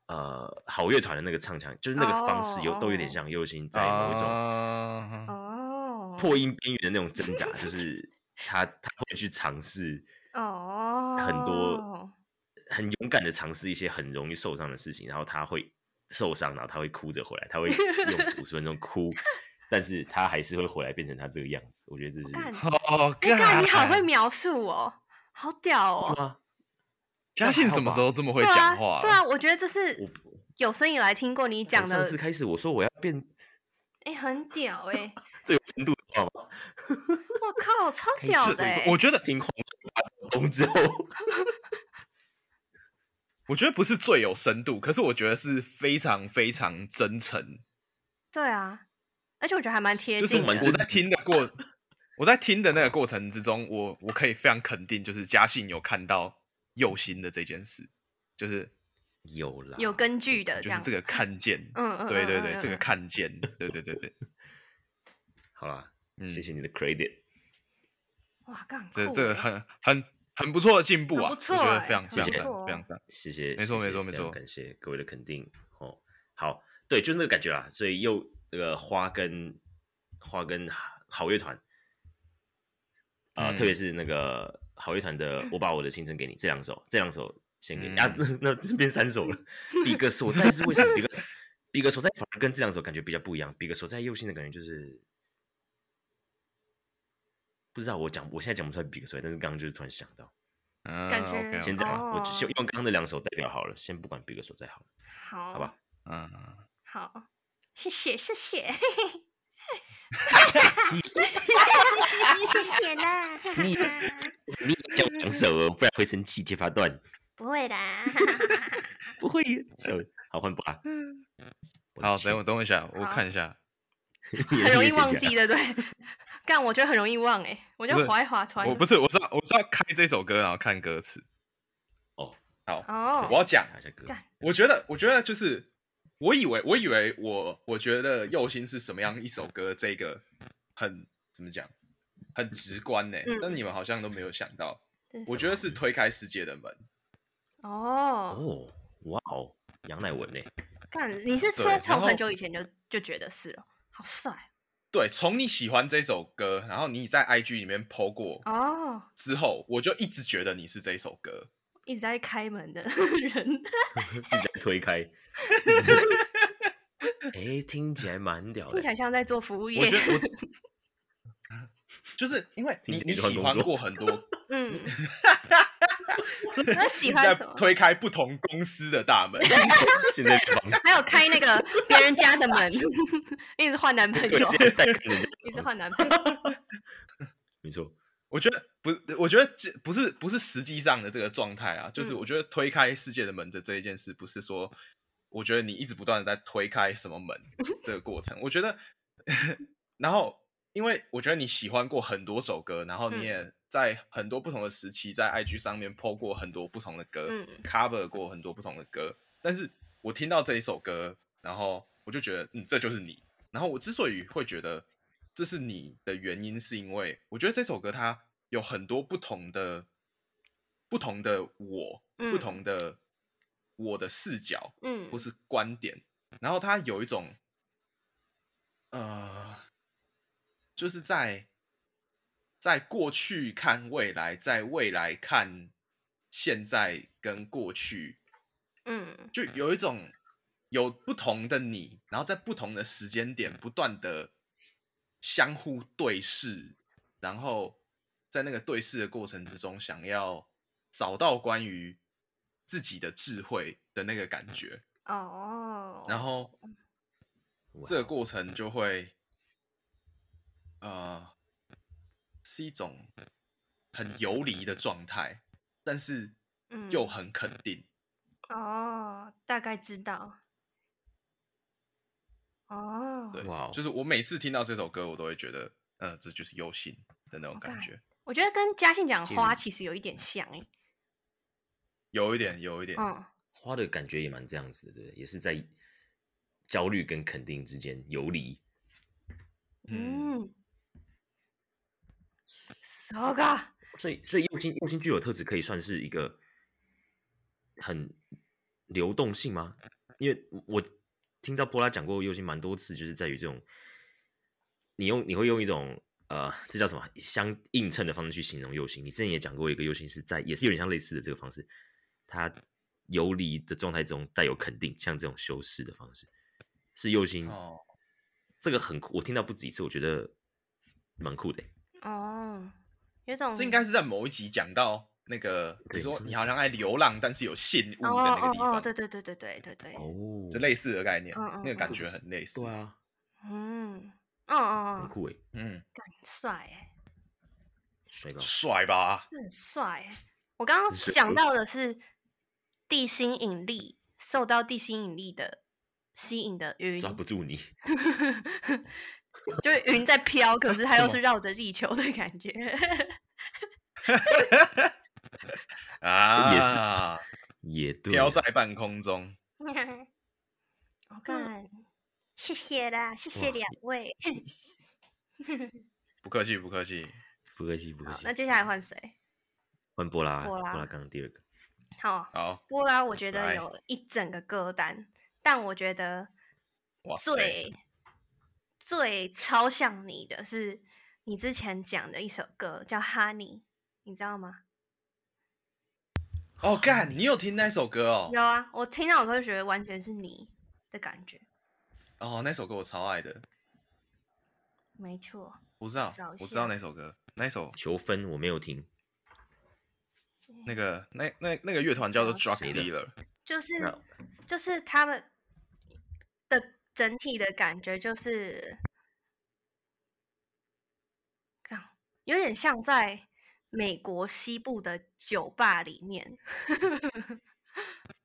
S2: 呃好乐团的那个唱腔，就是那个方式有、都有点
S1: 哦
S2: 像右心 在某一种嗯
S3: 啊
S1: 哦，
S2: 破音边缘的那种挣扎，就是他他会去尝试
S1: 哦，
S2: 很多很勇敢的尝试一些很容易受伤的事情，然后他会受伤，然后他会哭着回来，他会 用五十分钟哭，但是他还是会回来变成他这个样子。我觉得这是
S1: 干
S3: 哦，
S1: 哎，看你好
S3: 干
S1: 会描述哦，好屌哦！
S2: 吗？
S3: 嘉信什么时候这么会
S1: 对啊
S3: 讲话？
S1: 对啊，，我觉得这是
S2: 我
S1: 有生以来听过你讲的
S2: 从上，次开始我说我要变
S1: 哎、很 屌哎、
S2: 这个深度的话嘛，
S1: 我靠，超
S2: 开
S1: 屌
S2: 始
S1: 的哎、
S3: 我觉得
S2: 听黄大东之后，
S3: 我觉得不是最有深度，可是我觉得是非常非常真诚，
S1: 对啊，而且我觉得还蛮贴
S3: 就是
S1: 近
S2: 蛮
S1: 的，
S2: 真
S3: 我在听的过，我在听的那个过程之中，我我可以非常肯定，就是嘉信有看到右心的这件事，就是
S2: 有啦，
S1: 有根据的这
S3: 就是
S1: 样。
S3: 这个看见，
S1: 呃嗯嗯，
S3: 对
S1: 嗯
S3: 对
S1: 嗯
S3: 对，
S1: 嗯
S3: 这个
S1: 嗯
S3: 看见，对对对 对，
S2: 好啦，
S3: 嗯
S2: 谢谢你的 credit。
S1: 哇，杠
S3: 这这个很很很不错的进步
S1: 欸
S3: 啊，
S1: 很
S3: 我
S1: 不错
S3: 觉得
S1: 欸
S3: 非常
S1: 很
S3: 非常
S2: 不
S3: 赞
S1: 错，
S3: 非
S1: 哦
S3: 常赞。
S2: 谢谢，
S3: 没错
S2: 谢谢
S3: 没错没
S2: 非常
S3: 错
S2: 感谢各位的肯定哦。好，对，就是那个感觉啦。所以又那个花跟花跟好乐团，啊、
S3: 嗯
S2: 特别是那个好乐团 的《我把我的青春给你》这两首，这两首献
S3: 嗯
S2: 给你、啊，那那变三首了。比格所在是为什么？比格比格所在反而跟这两首感觉比较不一样。比格所在右心的感觉就是。不知道我讲，我现在讲不出来比格所在，但是刚刚就是突然想到，
S3: 嗯
S1: 感觉
S3: OK，
S2: 先这样吧，啊我
S1: 哦
S2: 只用刚刚那两首代表好了，先不管比格所在好了。
S1: 好，
S2: 好吧，
S3: 嗯，
S1: 好，谢谢谢谢， 谢谢啦，哈哈
S2: 你
S1: 哈
S2: 你叫我讲首哦，不然会生气，揭 发断。
S1: 不会啦，哈哈哈哈
S2: 不会，笑了呃好换吧。
S1: 嗯，
S3: 好，等我等我一下，我
S1: 好
S3: 看一下，
S1: 很容易忘
S2: 你
S1: 记的，对， 干，我觉得很容易忘哎，我就
S3: 啊不是
S1: 划一划，突然
S3: 我不
S1: 是
S3: 是我是要我是要开这首歌，然后看歌词。
S2: 哦，
S3: 好，我
S1: 哦，
S3: 要讲，
S2: 查一下歌。
S1: 干
S3: 我觉得，我觉得就是，我以为，我以为我，我觉得《右心》是什么样一首歌，这个很怎么讲，很直观呢、
S1: 嗯
S3: 但你们好像都没有想到，
S1: 这是
S3: 我
S1: 什
S3: 觉得是推开世界的门。
S1: 么哦，
S2: 哦，哇哦，杨乃文呢？
S1: 干，你是
S3: 对
S1: 说
S3: 然
S1: 从
S3: 后
S1: 很久以前就就觉得是了，好帅
S3: 对，从你喜欢这首歌，然后你在 IG 里面 PO 过
S1: 哦，
S3: 之后，我就一直觉得你是这首歌。
S1: 一直在开门的人，
S2: 一直在推开。 哎，听起来蛮屌
S1: 听
S2: 的
S1: 起。来像在做服务
S3: 我
S1: 业
S3: 觉，得我， 就是因为你
S2: 听
S3: 你
S2: 起来就换
S3: 喜
S2: 工作
S3: 欢过很多，
S1: 嗯，我 喜欢
S3: 在
S1: 什么？
S3: 推开不同公司的 大门。
S2: 现在房
S1: 还有开那个别人家的门， 一直换男朋
S2: 对，
S1: 友，
S2: 现在带给人家
S1: 一直换男朋 友。
S2: 没错，
S3: 我觉得不是，我觉得这不是不是实际上的这个状态啊，就是
S1: 嗯
S3: 我觉得推开世界的门的这一件事，不是说我觉得你一直不断的在推开什 么门这个过程，我觉得， 然后因为我觉得你喜欢过很多首歌，然后
S1: 嗯
S3: 你也在很多不同的时期在 IG 上面 PO 过很多不同的歌、
S1: 嗯
S3: c o v e r 过很多不同的歌，但是我听到这一首歌，然后我就觉得，嗯，这就是你，然后我之所以会觉得这是你的原因，是因为我觉得这首歌它有很多不同的、不同的我、不
S1: 嗯
S3: 同的我的视角
S1: 嗯，
S3: 或是观点，然后它有一种呃，就是在在过去看未来，在未来看现在跟过去，
S1: 嗯
S3: 就有一种有不同的你，然后在不同的时间点不断的相互对视，然后在那个对视的过程之中，想要找到关于自己的智慧的那个感觉，
S1: 哦，
S3: 然后这个过程就会，呃，是一种很游离的状态，但是又
S1: 嗯
S3: 很肯定。
S1: 哦，大概知道。哦，
S3: 对，
S2: 哇哦
S3: 就是我每次听到这首歌，我都会觉得，呃，这就是忧心的那种
S1: 好
S3: 感
S1: 感
S3: 觉，
S1: 我觉得跟嘉信讲
S2: 介
S1: 花
S2: 于
S1: 其实有一点像哎、
S3: 有一点，有一点，
S1: 嗯，
S2: 花的感觉也蛮这样子的，对不对？也是在焦虑跟肯定之间游离。
S3: 嗯
S1: 嗯，so g
S2: 所以，所以右心右心具有特质可以算是一个很流动性吗？因为我我听到波拉讲过右心蛮多次，就是在于这种，你用你会用一种呃，这叫什么相映衬的方式去形容右心。你之前也讲过一个右心是在也是有点像类似的这个方式，它游离的状态中带有肯定，像这种修饰的方式是右心。
S3: 哦，
S2: 这个很酷，我听到不止一次，我觉得蛮酷的欸。
S1: 哦，有种
S3: 这应该是在某一集讲到那个，
S2: 对
S3: 你说
S2: 真的
S3: 你好像
S2: 假
S3: 爱
S2: 的
S3: 流浪，但是有信物的
S1: 哦
S3: 那个
S1: 哦
S3: 地
S1: 哦，
S3: 方，
S1: 对对对对对对对，
S2: 哦
S3: 就类似的概念，
S1: 嗯嗯
S3: 那个
S1: 嗯
S3: 感
S1: 或
S3: 觉
S2: 者是
S3: 很类似，
S2: 对，啊，
S1: 嗯，哦哦
S2: 很
S1: 哦，
S2: 酷诶。
S3: 嗯，
S1: 帅哎、
S2: 帅到
S3: 帅吧？
S1: 很帅欸。我刚刚
S2: 是
S1: 想到的是地心引力受到地心引力的吸引的晕，
S2: 抓不住你，
S1: 就是云在飘， 可是它又
S3: 什
S1: 是
S3: 么
S1: 绕着地球的感觉。
S3: 啊，
S2: 也对，
S3: 飘在半空中。嗯
S1: 我看，谢谢啦，谢谢
S2: 哇
S1: 两位。
S3: 不客气，不客气。
S2: 不客气不客
S1: 好，
S2: 气
S1: 那。接下来换谁？
S2: 换波拉，
S1: 波
S2: 波
S1: 拉
S2: 拉刚刚第二个，
S1: 好，啊
S3: 好，
S1: 波拉我觉得
S3: 来
S1: 有一整个歌单，但我觉得
S3: 哇塞，
S1: 最最超像你的是你之前讲的一首歌叫《Honey》，你知道吗？
S3: 哦，干，你有听那首歌哦？
S1: 有啊，我听到我都觉得完全是你的感觉，
S3: 哦，那首歌我超爱的。
S1: 没错。
S3: 我知道
S1: 找一，
S3: 我知
S1: 下
S3: 道那首歌，那首
S2: 求分我没有听，
S3: 那个那那那个乐团叫做
S1: 找
S3: Drug
S2: 谁的
S3: Dealer。
S1: 就是
S2: 那
S1: 就是他们的整体的感觉就是，看有点像在美国西部的酒吧里面，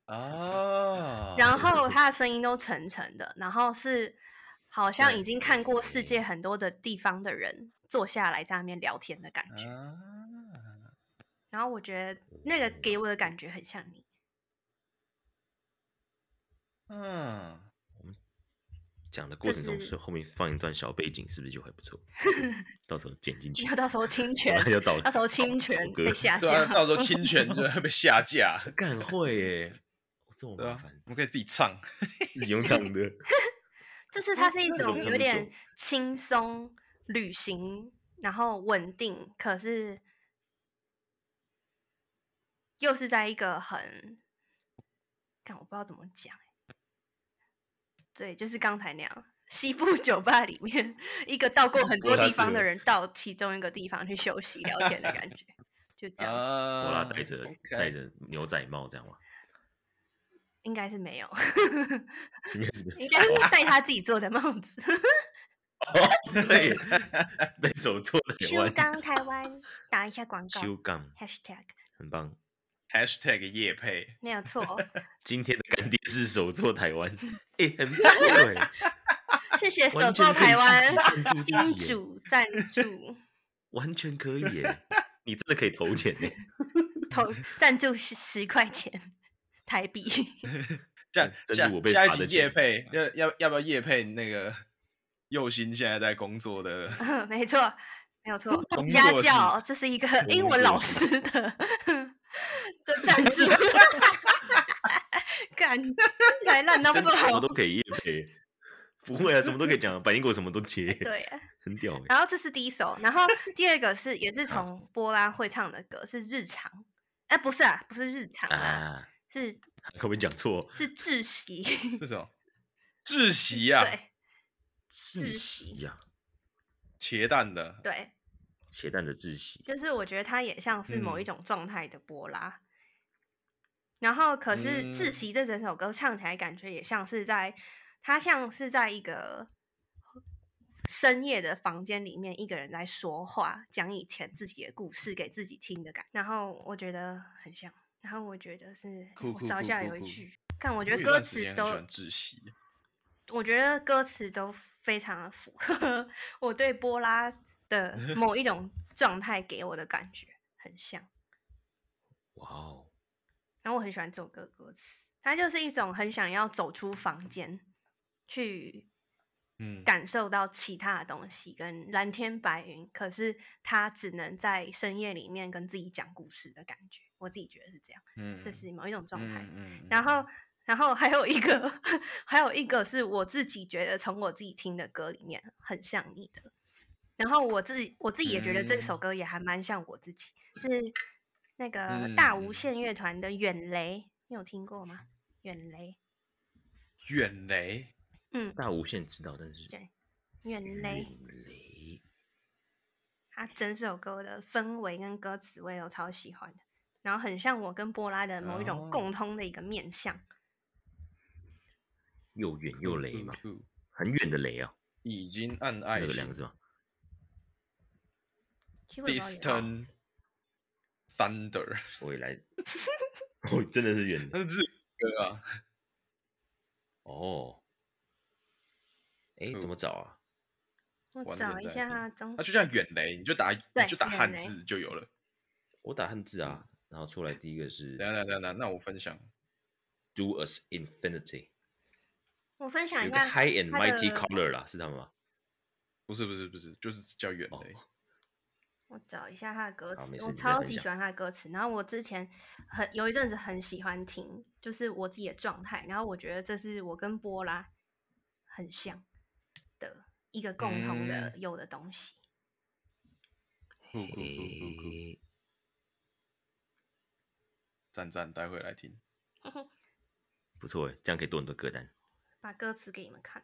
S3: 啊，
S1: 然后他的声音都沉沉的，然后是好像已
S2: 对
S1: 经看过世界很多的地方的人坐下来在那边聊天的感觉。
S3: 啊，
S1: 然后我觉得那个给我的感觉很像你，
S3: 嗯，
S2: 讲的过
S1: 就
S2: 程中
S1: 是
S2: 是后面放一段小背景，是不是就还 不错？到时候剪进去
S1: 你要，到时候 侵权，
S2: 要找
S1: 到时候
S2: 找
S1: 侵
S2: 找
S1: 权
S2: 歌
S1: 被下
S3: 对啊，
S1: 架。
S3: 到时候侵权就会被 下架，
S2: 干会耶，这么
S3: 对
S2: 麻
S3: 啊
S2: 烦，，
S3: 我们可以自己唱。
S2: 自己用唱 的，
S1: 就是它是一
S2: 那种
S1: 种
S2: 叫
S1: 有
S2: 做
S1: 点
S2: 酒
S1: 轻松旅行，然后稳定，可是又是在一个很，看我不知道怎么讲欸，对，就是刚才那样，西部 酒吧里面一个到过很
S2: 不过
S1: 多
S2: 它
S1: 地方
S2: 哦是
S1: 的人到其中一个地方去休息聊天的感觉，就这样，
S2: 波拉
S3: 啊，
S2: 戴着
S3: OK
S2: 戴着牛仔帽这样吗？
S1: 应该是没有，
S2: 应该是没有
S1: 应该是戴他自己做的帽子。
S2: 对，对手做的台
S1: 秋
S2: 湾，
S1: 刚台湾打一下广告
S2: 修杠，
S1: ，#hashtag
S2: 很棒。
S3: Hashtag 夜配，
S1: 没有错。
S2: 今天的干爹是手做 台湾，哎、很不错哎，
S1: 谢谢 手
S2: 完全
S1: 报
S2: 可以
S1: 台湾
S2: 自己赞助自
S1: 金
S2: 己耶
S1: 主赞助
S2: 完全可以 耶，你真的可以投钱耶。
S1: 投赞助十十块钱台币，
S3: 下
S2: 这是
S3: 下
S2: 我被
S3: 下
S2: 罚
S3: 一
S2: 的
S3: 集
S2: 钱
S3: 夜配，要要要不要夜配那个佑星现在在工作的？
S1: 嗯没错，没有错
S3: 工。
S1: 家
S3: 作室
S1: 教这是一个英
S2: 工
S1: 文
S2: 作
S1: 老师的的赞 助，干听起来烂到
S2: 真
S1: 不
S2: 的什
S1: 好
S2: 么都。可以夜配，不会啊，什么都可以讲啊，百灵果什么都接，
S1: 对，
S2: 很屌哎、
S1: 然后这是第一首，然后第二个是也是从波拉会唱的歌，是日常。哎，不是啊，不是日常啊，
S2: 啊，
S1: 是
S2: 可不可以讲错？
S1: 是窒息。
S3: 是什么？窒息啊，
S1: 对，
S2: 窒
S1: 息
S2: 呀，
S3: 茄蛋的，
S1: 对，
S2: 茄蛋的窒息，
S1: 就是我觉得它也像是某一
S3: 嗯
S1: 种状态的波拉。然后，可是《窒
S3: 嗯
S1: 息》这整首歌唱起来，感觉也像是在，它像是在一个深夜的房间里面，一个人在说话，讲以前自己的故事给自己听的感。然后我觉得很像，然后我觉得是，
S3: 酷
S1: 我
S3: 酷
S1: 找一
S3: 酷
S1: 下
S3: 酷
S1: 有一
S3: 酷
S1: 句，看我
S3: 我
S1: 觉得
S3: 有
S1: 歌
S3: 段时
S1: 词
S3: 间很
S1: 都
S3: 喜欢窒息，
S1: 我觉得歌词都非常的符合 我对波拉 的某一种状态给我的感觉很像，
S2: 哇哦，
S1: 然后我很喜欢这首歌的歌词，它就是一种很想要走出房间去
S3: 嗯，
S1: 感受到其他的东西，跟蓝天白云，可是他只能在深夜里面跟自己讲故事的感觉，我自己觉得是这样，
S3: 嗯，
S1: 这是某一种状态。
S3: 嗯嗯
S1: 然后，然后还有一个， 还有一个是我自己觉得从我自己听的歌里面很像你的。然后我自己我自己也觉得这首
S3: 嗯
S1: 歌也还蛮像我自己，是那个大无
S3: 嗯
S1: 限乐团的《远雷》，你有听过吗？远雷，
S3: 远雷，
S1: 嗯，
S2: 大无限知道，但是
S1: 对远雷，
S2: 雷，
S1: 它整首歌的氛围跟歌词我也都超喜欢的，然后很像我跟波拉的某一种
S3: 哦
S1: 共通的一个面向。
S2: 又远又雷
S3: 酷
S2: 嘛，
S3: 酷酷
S2: 很远的雷啊，
S3: 已经按
S2: 是
S3: 爱
S2: 那个两
S3: 情
S2: 个字吗？
S1: 其实我也不知道原来
S2: 哦
S3: distant thunder，
S2: 我 也来，哦，真的是远的
S3: 那是日语歌啊，
S2: 哦，哎，怎么找啊？
S1: 我
S3: 完
S1: 找
S3: 全
S1: 一
S3: 在听
S1: 下张，
S3: 那就叫远雷，你就打你
S1: 对
S3: 就打
S1: 远
S3: 汉
S1: 雷
S3: 字就有了。
S2: 我打汉字啊，然后出来第一个是
S3: 嗯等一下等一下等一下，那我分享
S2: Do Us Infinity，
S1: 我分享一
S2: 有一个
S1: 下
S2: High and
S1: 它的
S2: Mighty Color 啦，是他们吗？
S3: 不是不是不是，就是叫远
S2: 哦
S3: 雷。
S1: 我找一下他的歌
S2: 好
S1: 词
S2: 没，事
S1: 我
S2: 你再分
S1: 超级
S2: 享
S1: 喜欢他的歌词。然后我之前很有一阵子很喜欢听，就是我自己的状态。然后我觉得这是我跟波拉很像的一个共同
S2: 嗯
S1: 的有的东西。
S3: 酷酷酷酷酷，
S2: 嘿
S3: 赞赞，待会来听。
S1: 嘿嘿，
S2: 不错诶，这样可以多很多歌单。
S1: 把歌词给你们看，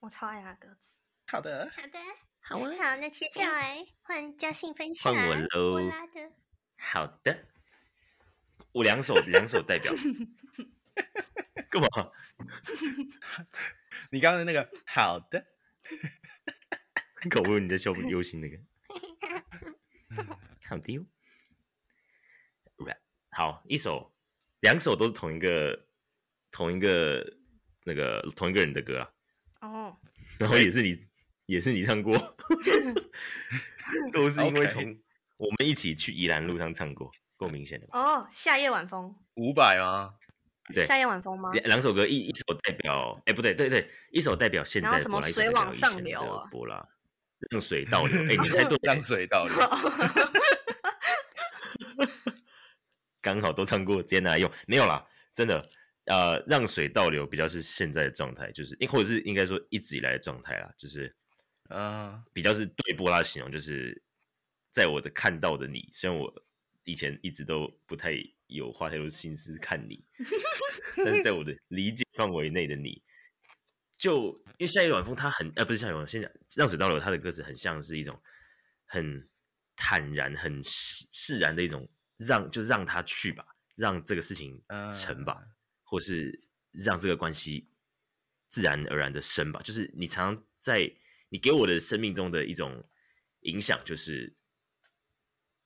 S1: 我超爱他的歌词。
S3: 好的，
S1: 好的，好啊，好，那接下来换嘉信分
S2: 换我喽。
S1: 的。
S2: 好的，我两首两首代 表。干嘛？
S3: 你刚刚的那个好的，
S2: 搞不懂你在笑不忧心那个。好的哟。Right，好，一首，两首都是同一个，同一个那个同一个人的歌啊，
S1: 哦，
S2: 然后也是你，也是你唱过， 都是因为
S3: OK
S2: 从我们一起去宜兰路上唱过，够明显的吧？
S1: 哦，夏夜晚风，
S3: 五百吗？
S2: 对，
S1: 夏夜晚风吗？
S2: 两两首歌，一一首代表，哎、不对，对对，一首代表现
S1: 然后
S2: 在的
S1: 什
S2: 波
S1: 么
S2: 拉，一首
S1: 水
S2: 代
S1: 往
S2: 表以
S1: 上
S2: 前
S1: 流
S2: 的
S1: 啊
S2: 波拉，让水倒流。哎、你猜对了
S3: 让，水 倒流。
S1: 哦
S2: 刚好都唱过，直接拿来用，没有啦，真的。呃，让水倒流比较是现在的状态，就是，或者是应该说一直以来的状态啦，就是
S3: 啊，
S2: 比较是对波拉的形容，就是在我的看到的你，虽然我以前一直都不太有花太多心思看你，但是在我的理解范围内的你，就因为夏夜晚风，它很呃不是夏夜晚风，现在让水倒流，它的歌词很像是一种很坦然、很释释然的一种让，就让它去吧，让这个事情成吧，或是让这个关系自然而然的生吧。就是你常常在你给我的生命中的一种影响，就是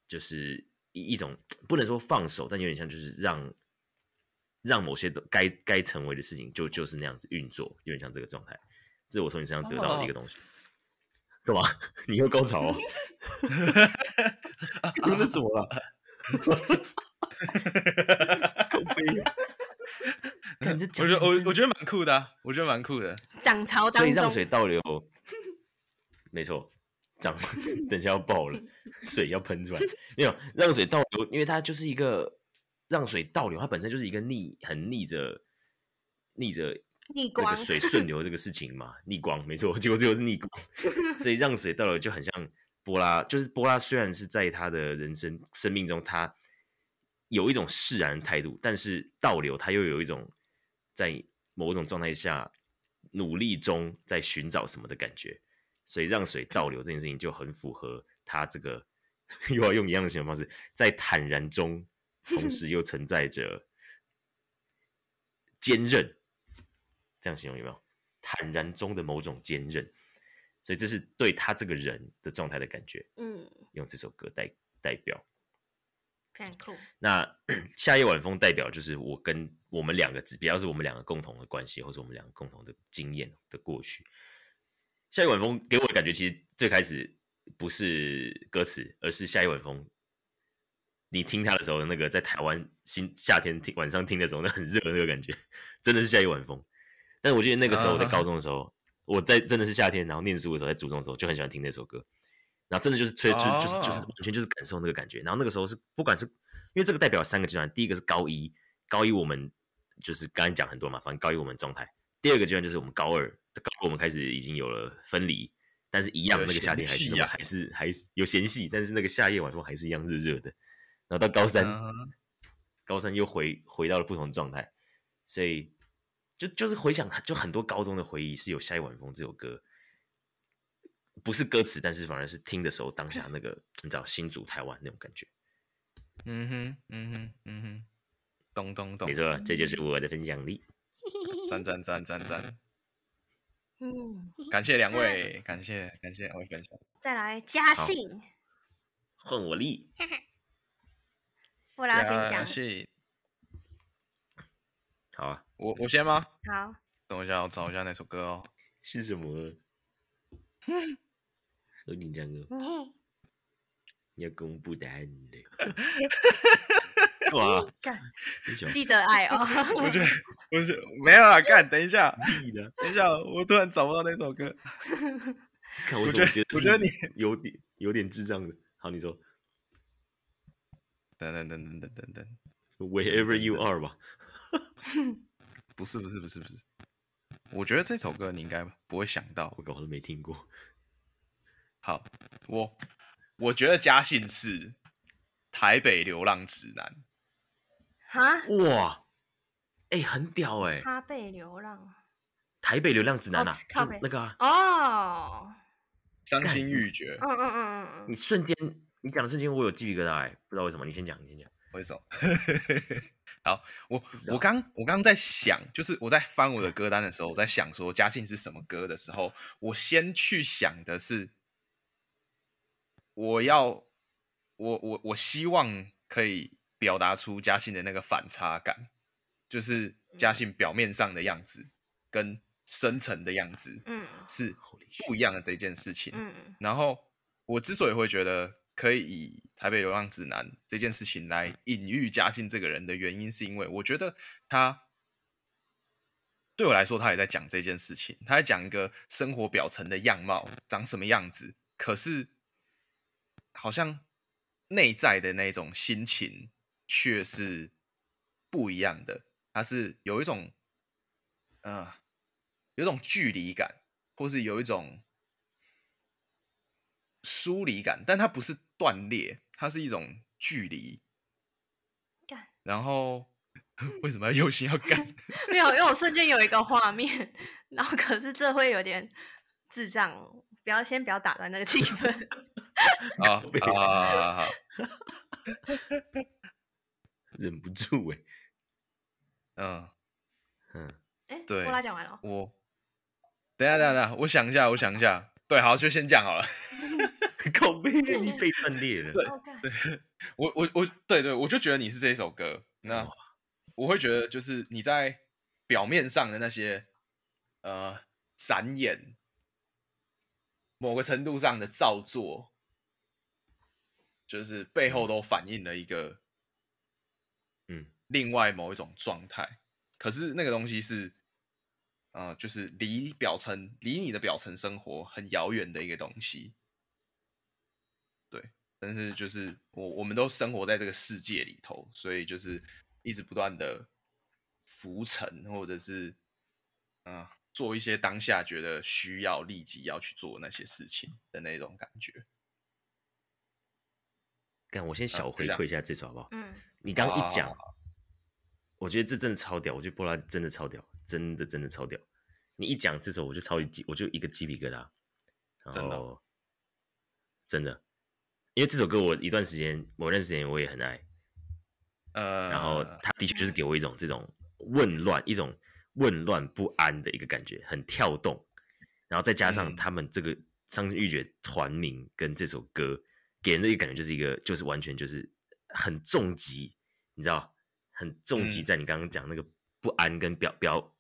S2: 就是一一种不能说放手，但有点像就是让让某些的该该成为的事情就就是那样子运作，有点像这个状态。这是我从你身上得到的一个东西。干嘛？ 你又高潮、哦？哭的什么了？ 看这
S3: 我
S2: 讲
S3: 觉得我
S2: 真
S3: 我觉得蛮酷的啊，我觉得蛮酷的。
S1: 涨潮当
S2: 所以
S1: 中
S2: 让，水倒流，没错，涨，等一下要爆了，水要喷出来，没有让水倒流，因为它就是一个让水倒流，它本身就是一个逆，很逆着逆着
S1: 逆
S2: 那
S1: 光
S2: 个水顺流这个事情嘛，逆光，没错，结果最后是 逆光，所以让水倒流就很像波拉，就是波拉虽然是在他的人生生命中，他有一种释然的态度，但是倒流他又有一种在某种状态下努力中在寻找什么的感觉，所以让水倒流这件事情就很符合他这个 又要用一样的形容方式，在坦然中，同时又存在着坚韧，这样形容有没有？坦然中的某种坚韧，所以这是对他这个人的状态的感觉，
S1: 嗯，
S2: 用这首歌代代表。
S1: 非常酷。
S2: 那 夏夜晚风代表就是我跟我们两个指标是我们两个共同的关系，或者我们两个共同的经验的过去。夏夜晚风给我的感觉，其实最开始不是歌词，而是夏夜晚风。你听它的时候，那个在台湾新夏天听晚上听的时候，那很热的那个感觉，真的是夏夜晚风。但是我记得那个时候我在
S3: 啊
S2: 高中的时候，我在真的是夏天，然后念书的时候，在主中的时候就很喜欢听那首歌，然后真的就是吹，就是就是就是
S3: 哦
S2: 完全就是感受那个感觉。然后那个时候是不管是因为这个代表三个阶段，第一个是高一，高一我们就是刚才讲很多嘛，反正高一我们状态；第二个阶段就是我们高二，高二我们开始已经有了分离，但是一样
S3: 有
S2: 那个夏天还是
S3: 嫌
S2: 那
S3: 隙
S2: 么
S3: 啊
S2: 还是还是有嫌隙，但是那个夏夜晚风还是一样热热的。然后到高三，
S3: 嗯哼
S2: 高三又回回到了不同的状态，所以就就是回想，就很多高中的回忆是有《夏夜晚风》这首歌，不是歌词，但是反而是听的时候当下那个你知道新竹台湾那种感觉。
S3: 嗯哼，嗯哼，嗯哼，咚咚咚
S2: 没，错，这就是我的分享力。
S3: 赞赞赞赞 赞，
S1: 嗯，
S3: 感谢两位，感谢感谢两位分享。
S1: 再来嘉
S2: 好
S1: 信，
S2: 换我力，
S1: 布拉先
S3: 感
S1: 讲。
S3: 谢
S2: 好啊，
S3: 我我先吗？
S1: 好，
S3: 等我一下，我找一下那首歌哦。
S2: 是什么？有紧张
S3: 嗯
S2: 哦，
S1: 你
S2: 你要公布答案 了。哇，
S1: 干
S2: 你小
S1: 记得爱 哦，
S3: 我觉得，我觉得没有啦，干，等一下，
S2: 屁了！
S3: 等一下，我突然找不到那首歌。
S2: 看我
S3: 我
S2: 怎
S3: 觉
S2: 么
S3: 得
S2: 觉，
S3: 我觉得
S2: 是
S3: 你，
S2: 有点有点智障的。好，你说
S3: 等等等等等等等，
S2: wherever you are 吧。
S3: 不是不是不是不是，我觉得这首歌你应该不会想到
S2: 我。搞我都没听过。
S3: 好，我我觉得嘉信是《台北流浪指南》。
S1: 哈，
S2: 哇，哎、很屌哎、
S1: 他被流浪
S2: 台北流浪指南啊，
S1: 哦靠
S2: 就
S1: 北
S2: 那个啊，
S1: 哦，
S3: 伤心欲绝
S1: 嗯，嗯嗯嗯
S2: 你
S1: 嗯，
S2: 瞬间你讲的瞬间我有鸡皮疙瘩哎、不知道为什么。你先讲，你先讲。
S3: 挥手。 好，我
S2: 知道
S3: 我刚我刚刚在想，就是我在翻我的歌单的时候，我在想说嘉信是什么歌的时候，我先去想的是，我要我我我希望可以表达出嘉信的那个反差感，就是嘉
S2: 嗯
S3: 信表面上的样子跟深层的样子
S1: 嗯
S3: 是
S2: Holy
S3: 不一样的这件事情。
S1: 嗯
S3: 然后我之所以会觉得可以以《台北流浪指南》这件事情来隐喻嘉信这个人的原因，是因为我觉得他对我来说，他也在讲这件事情，他在讲一个生活表层的样貌长什么样子，可是好像内在的那种心情却是不一样的，他是有一种呃有一种距离感，或是有一种疏离感，但它不是断裂，它是一种距离。
S1: 干
S3: 然后为什么要用心要干？
S1: 没有，因为我瞬间有一个画面， 然后可是这会有点智障，不要先不要打断那个 气氛。
S3: 啊啊！好
S2: 忍不住哎、
S3: 嗯，
S2: 嗯，
S1: 哎，
S3: 对
S1: 我来讲完了，
S3: 我等一下等一下等一下，我想一下，我想一下。对，好，就先讲好了。
S2: 靠背愿意被断裂了。
S1: 哦干
S3: 我我我，对对，我就觉得你是这一首歌。那
S2: 哇
S3: 我会觉得，就是你在表面上的那些呃展演，某个程度上的造作，就是背后都反映了一个
S2: 嗯，
S3: 另外某一种状态。可是那个东西是，呃，就是离表层、离你的表层生活很遥远的一个东西。对，但是就是我我们都生活在这个世界里头，所以就是
S2: 嗯
S3: 一直不断的浮沉，或者是嗯、呃做一些当下觉得需要立即要去做那些事情的那种感觉。
S2: 干，我先小回
S3: 对的
S2: 馈一下这首好不好？
S1: 嗯，
S2: 你刚刚
S3: 好
S2: 一
S3: 好
S2: 讲，我觉得这真的超屌，我觉得波拉真的超屌，真的真的超屌。你一讲这首，我就超级鸡，我就一个鸡皮疙瘩。然
S3: 真的哦
S2: 后真的，因为这首歌我一段时间，某段时间我也很爱。
S3: 呃，
S2: 然后他的确就是给我一种这种混乱、一种混乱不安的一个感觉，很跳动。然后再加上
S3: 嗯
S2: 他们这个伤心欲绝团名跟这首歌给人的一个感觉，就是一个就是完全就是很重击，你知道，很重击
S3: 嗯
S2: 在你刚刚讲那个不安跟表表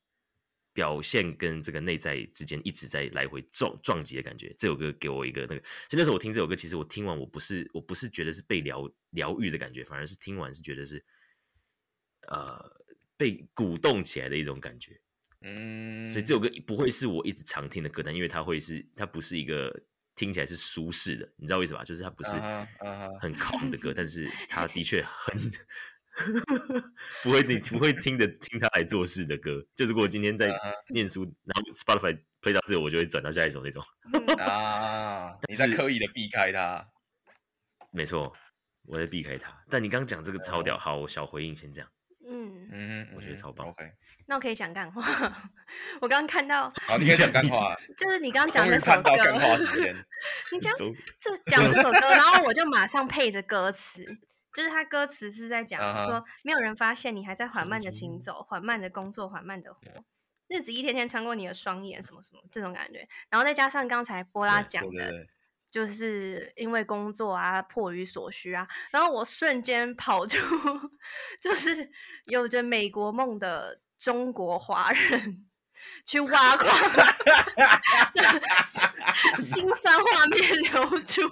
S2: 表现跟这个内在之间一直在来回撞撞击的感觉。这首歌给我一个那个，所以那时候我听这首歌，其实我听完我不是我不是觉得是被疗疗愈的感觉，反而是听完是觉得是呃被鼓动起来的一种感觉。
S3: 嗯，
S2: 所以这首歌不会是我一直常听的歌单，因为它会是它不是一个听起来是舒适的，你知道为什么吧？就是它不是
S3: 啊哈啊哈
S2: 很 calm 的歌，但 是它的确很 不会你不会听的听它来做事的歌。就如果我今天在
S3: 啊哈
S2: 念书，然后 Spotify play 到这个，我就会转到下一首那种。
S1: 嗯
S3: 啊，你在刻意的避开它。
S2: 没错，我在避开它。但你刚刚讲这个超
S3: 啊
S2: 屌，好，我小回应先这样。
S1: 嗯，
S3: 嗯哼，
S2: 我觉得
S3: 嗯哼
S2: 超棒
S3: OK，
S1: 那我可以讲干话。 我刚刚看到，
S3: 好，你可以讲干话了，
S1: 就是你刚刚讲
S3: 终
S1: 那
S3: 于
S1: 首
S3: 看
S1: 歌
S3: 到，干话时间。
S1: 你讲
S2: 终于
S1: 这讲这首歌，然后我就马上配着歌词，就是他歌词是在讲
S3: 啊哈
S1: 说，没有人发现你还在缓慢的行
S2: 中
S1: 走，缓慢的工作，缓慢的活，日子一天天穿过你的双眼，什么什么这种感觉，然后再加上刚才波拉
S2: 对
S1: 讲
S3: 对对
S1: 的
S3: 对，
S1: 就是因为工作啊，迫于所需啊，然后我瞬间跑出， 就是有着美国梦的中国华人，去挖矿，心酸画面流出，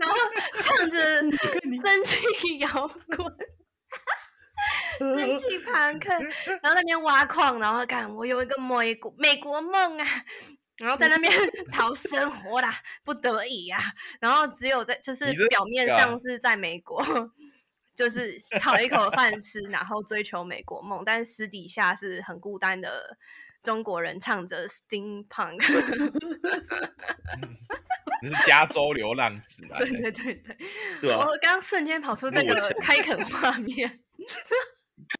S1: 然后唱着蒸汽 摇滚。蒸汽朋克，然后在那边挖矿，然后干我有一个美国美国梦啊，然后在那边 讨生活啦，不得已啊，然后只有在就是
S3: 你这
S1: 表面
S3: 个啊
S1: 上是在美国，就是讨一口饭吃，然后追求美国梦，但是私底下是很孤单的中国人，唱着 steampunk，
S3: 你是加州流浪指 南
S1: 对
S3: 欸，
S1: 对对对，
S2: 对吧、啊？
S1: 我刚瞬间跑出这
S2: 莫
S1: 个
S2: 尘
S1: 开垦画面。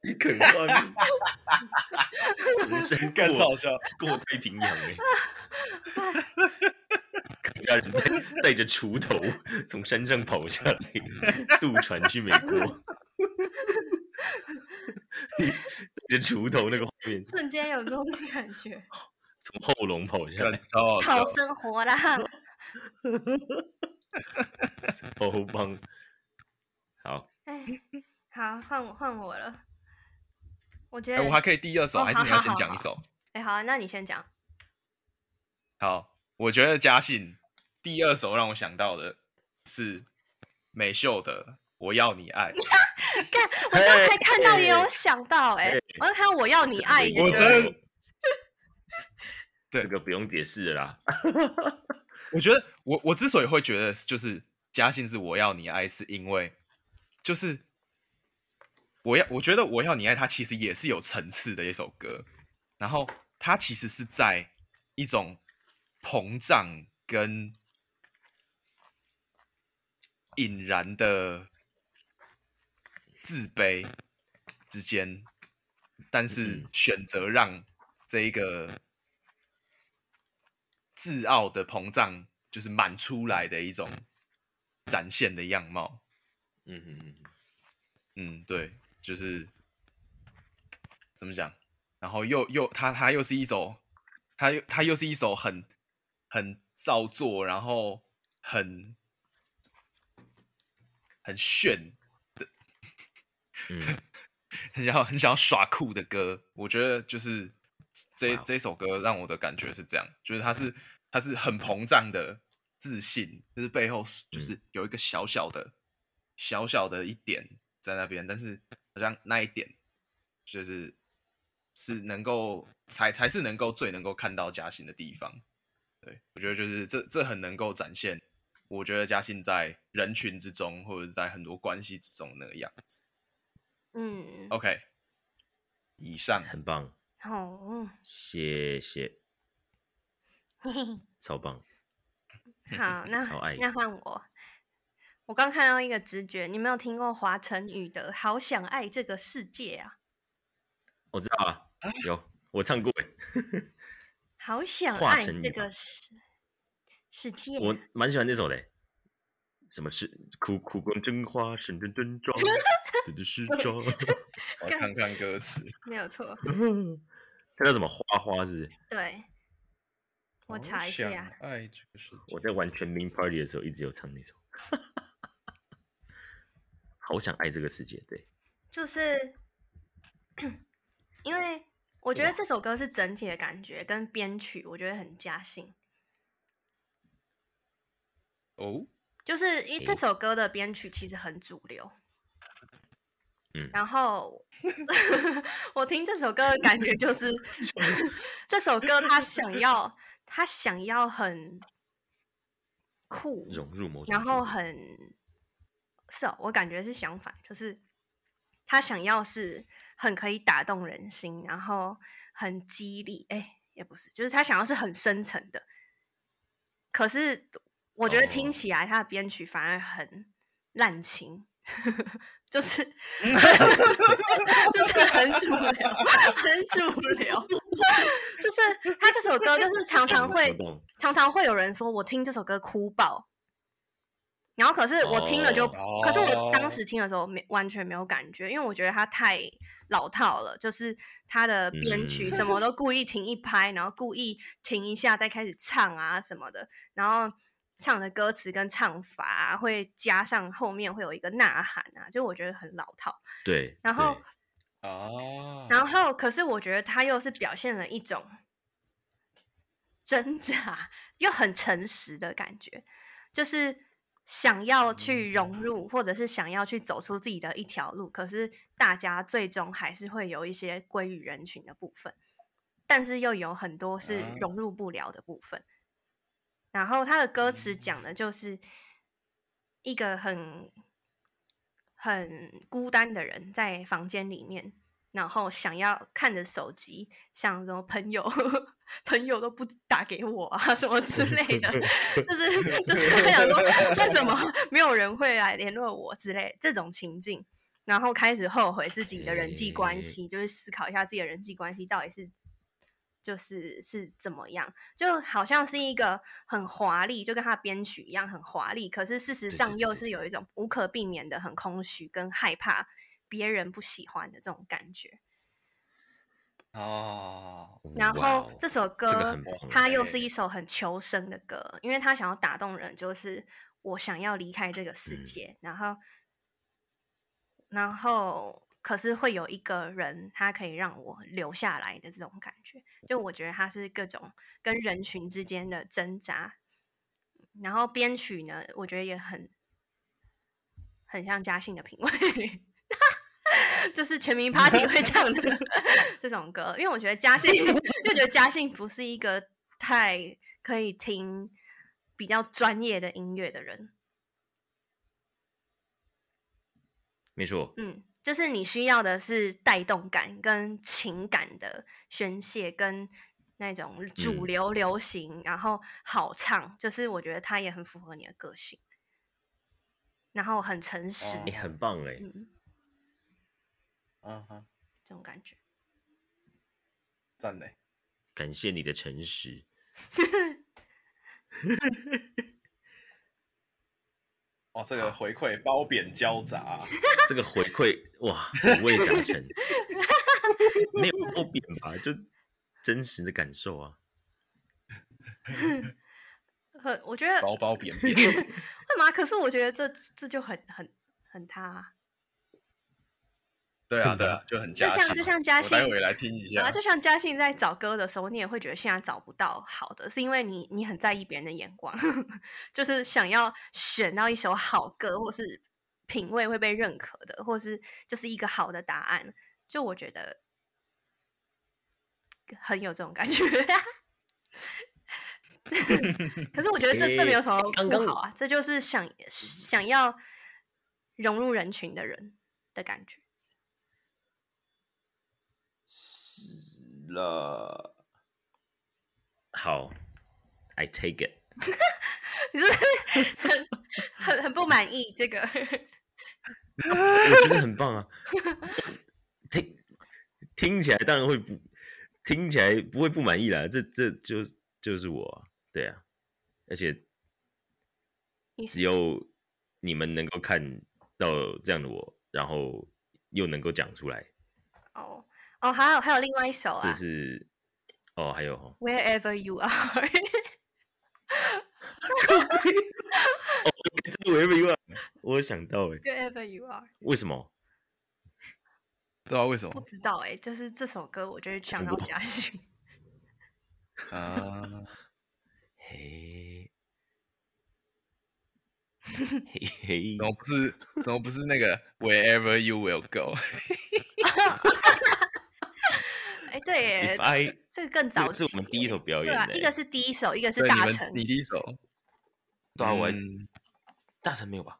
S2: 你肯画面， 人生
S3: 更
S2: 过
S3: 搞笑。
S2: 过太平洋哎、 客家人带带着锄头从山上跑下来，渡船去美国， 带着锄头那个画面
S1: 瞬间有这种感觉，
S2: 从后龙跑下来，
S3: 超好
S1: 讨
S3: 笑，
S1: 生活啦。
S2: 欧邦。好，
S1: 哎，好，换我换我了。我觉
S3: 哎、
S1: 得，
S3: 我还可以第二首，
S1: 哦
S3: 还是你
S1: 好
S3: 要
S1: 好
S3: 先
S1: 好
S3: 讲一
S1: 好
S3: 首？
S1: 哎、好、啊，那你先讲。
S3: 好，我觉得嘉信第二首让我想到的是美秀的《我要你爱》，
S1: 我刚才
S2: 嘿
S1: 看到也有
S2: 嘿
S1: 想到、哎、
S2: 嘿
S1: 我刚看到我要 你爱，
S2: 这
S1: 也
S2: 个
S1: 觉
S3: 我
S1: 得
S3: 真的 对
S2: 这个不用解释了啦。
S3: 我觉得我我之所以会觉得就是嘉信是我要你爱，是因为就是我要我觉得我要你爱，它其实也是有层次的一首歌，然后它其实是在一种膨胀跟引然的自卑之间，但是
S2: 嗯
S3: 选择让这一个自傲的膨胀就是满出来的一种展现的样貌。
S2: 嗯嗯嗯嗯，
S3: 嗯，对，就是怎么讲，然后又又他他又是一首，他又他又是一首很很造作，然后很很炫，
S2: 嗯，
S3: 很想要很想要耍酷的歌。我觉得就是这
S2: 哇哦嗯
S3: 这首歌让我的感觉是这样，就是它是它是很膨胀的自信，就是背后是
S2: 嗯
S3: 就是有一个小小的小小的一点在那边，但是好像那一点就是是能够才才是能够最能够看到嘉欣的地方。对，我觉得就是这这很能够展现，我觉得嘉欣在人群之中或者在很多关系之中那个样子。
S1: 嗯，
S3: OK，以上
S2: 很棒，
S1: 好，嗯
S2: 谢谢，
S1: 嘿嘿
S2: 超棒。
S1: 好，那
S2: 超爱
S1: 那换我。我刚看到一个直觉，你没有听过华晨宇的《好想爱这个世界》啊？
S2: 我知道啊，有我唱过欸，
S1: 好想
S2: 华
S1: 爱
S2: 晨宇
S1: 这
S2: 吧
S1: 个世世界，
S2: 我蛮喜欢这首的欸。什么是苦苦光真花，神真 真妆，真的是 妆。
S3: 我
S1: 干
S3: 看看歌词。
S1: 没有错。
S2: 它叫什么花花是不是？
S1: 对， 我查一下。。
S3: 爱这个世界
S2: 我在玩全民 Party 的时候一直有唱那首。 好想爱这个世界，对，
S1: 就是因为我觉得这首歌是整体的感觉跟编曲，我觉得很加兴。
S3: 哦，
S1: 就是因为这
S2: 诶
S1: 首歌的编曲其实很主流，
S2: 嗯
S1: 然 后 我听这首歌的感觉就是， 这首歌他想要他想要很酷，
S2: 融入某种
S1: 然
S2: 主
S1: 后
S2: 流
S1: 很是、哦，我感觉是相反，就是他想要是很可以打动人心，然后很激励，哎，也不是，就是他想要是很深层的。可是我觉得听
S2: 哦
S1: 起来他的编曲反而很滥情， 就是就是很主流， 很主流， 就是他这首歌就是常常会
S2: 我懂
S1: 常常会有人说我听这首歌哭爆，然后可是我听了就，
S3: 哦
S1: 可是我当
S3: 哦
S1: 时听的时候没完全没有感觉，因为我觉得它太老套了，就是它的编曲什
S3: 嗯
S1: 么都故意停一拍，然后故意停一下再开始唱啊什么的，然后唱的歌词跟唱法、啊、会加上后面会有一个呐喊啊，就我觉得很老套。
S2: 对，
S1: 然后
S2: 对
S3: 哦，
S1: 然后，可是我觉得他又是表现了一种 挣扎又很诚实的感觉，就是想要去融入，或者是想要去走出自己的一条路。可是大家最终还是会有一些归于人群的部分，但是又有很多是
S3: 啊
S1: 融入不了的部分。然后他的歌词讲的就是一个很很孤单的人在房间里面，然后想要看着手机，想什么朋友 朋友都不打给我啊什么之类的， 就是就是他想说为什么没有人会来联络我之类这种情境，然后开始后悔自己的人际关系，就是思考一下自己的人际关系到底是就是是怎么样，就好像是一个很华丽，就跟他的编曲一样很华丽，可是事实
S2: 对
S1: 上
S2: 对
S1: 又
S2: 对
S1: 是有一种无可避免的很空虚跟害怕别人不喜欢的这种感觉。
S3: 哦，
S1: 然
S2: 哇
S1: 后
S2: 哦
S1: 这首歌，
S2: 这个很棒
S1: 它
S2: 哎
S1: 又是一首很求生的歌，因为他想要打动人，就是我想要离开这个世
S2: 嗯
S1: 界，然后，然后可是会有一个人，他可以让我留下来的这种感觉，就我觉得它是各种跟人群之间的挣扎，然后编曲呢，我觉得也很很像嘉信的品味。就是全民 Party 会唱的这种歌，因为我觉得嘉信就觉得嘉信不是一个太可以听比较专业的音乐的人，
S2: 没错，
S1: 嗯，就是你需要的是带动感跟情感的宣泄，跟那种主
S2: 嗯
S1: 流流行，然后好唱，就是我觉得它也很符合你的个性，然后很诚实，
S2: 你、
S3: 哦
S2: 很棒哎、
S1: 嗯，
S3: 嗯哼，
S1: 这种感觉。
S3: 赞嘞，
S2: 感谢你的诚实。
S3: 哦，这个回馈褒贬交杂 啊，
S2: 这个回馈哇，五味 杂陈，没有褒贬吧，就真实的感受啊。
S1: 很，我觉得
S3: 褒褒贬贬，
S1: 会吗？可是我觉得这这就很很很他啊、
S3: 对啊对 啊，就很
S1: 就
S3: 加
S1: 像
S3: 戏
S1: 就
S3: 嘛
S1: 像加
S3: 我待
S1: 戏
S3: 会来听一
S1: 然
S3: 下
S1: 后，就像嘉信在找歌的时候，你也会觉得现在找不到好的，是因为你你很在意别人的眼光， 就是想要选到一首好歌，或是品味会被认可的，或是就是一个好的答案。就我觉得很有这种感 觉。可是我觉得这这没有什么
S2: 诶刚
S1: 不
S2: 刚
S1: 好啊，这就是想想要融入人群的人的感觉。
S3: 了，
S2: 好，I take it。
S1: 你是不是 很很很不满意这个？
S2: 我觉得很棒啊。听听起来当然会不，听起来不会不满意啦。这这就就是我啊、对啊。而且
S1: 你
S2: 只有你们能够看到这样的我，然后又能够讲出来，
S1: 哦哦，还有还有另外一首啊
S2: 这是哦，还有哦，
S1: ，Wherever You Are，
S2: 这是 wherever you are，我有啊想到哎、
S1: Wherever You Are，
S2: 为什么？
S3: 不知道为什
S1: 不
S3: 么
S1: 知道哎、就是这首歌，我就会想到
S2: 我
S1: 嘉 欣。
S3: 啊，
S2: 嘿，嘿嘿
S3: 怎，么不是怎么不是那个 Wherever you will go，
S1: 哎、对耶
S2: If，I
S1: 这个更
S2: 这
S1: 早
S2: 个是
S1: 期耶，
S2: 我们第一首表
S1: 对
S2: 演
S1: 啊，
S2: 的
S1: 一个
S2: 欸
S1: 是第一首，一个是
S3: 对你
S1: 大
S3: 们
S1: 成。
S3: 你第一首，
S2: 对啊，我还
S3: 嗯
S2: 大成没有吧？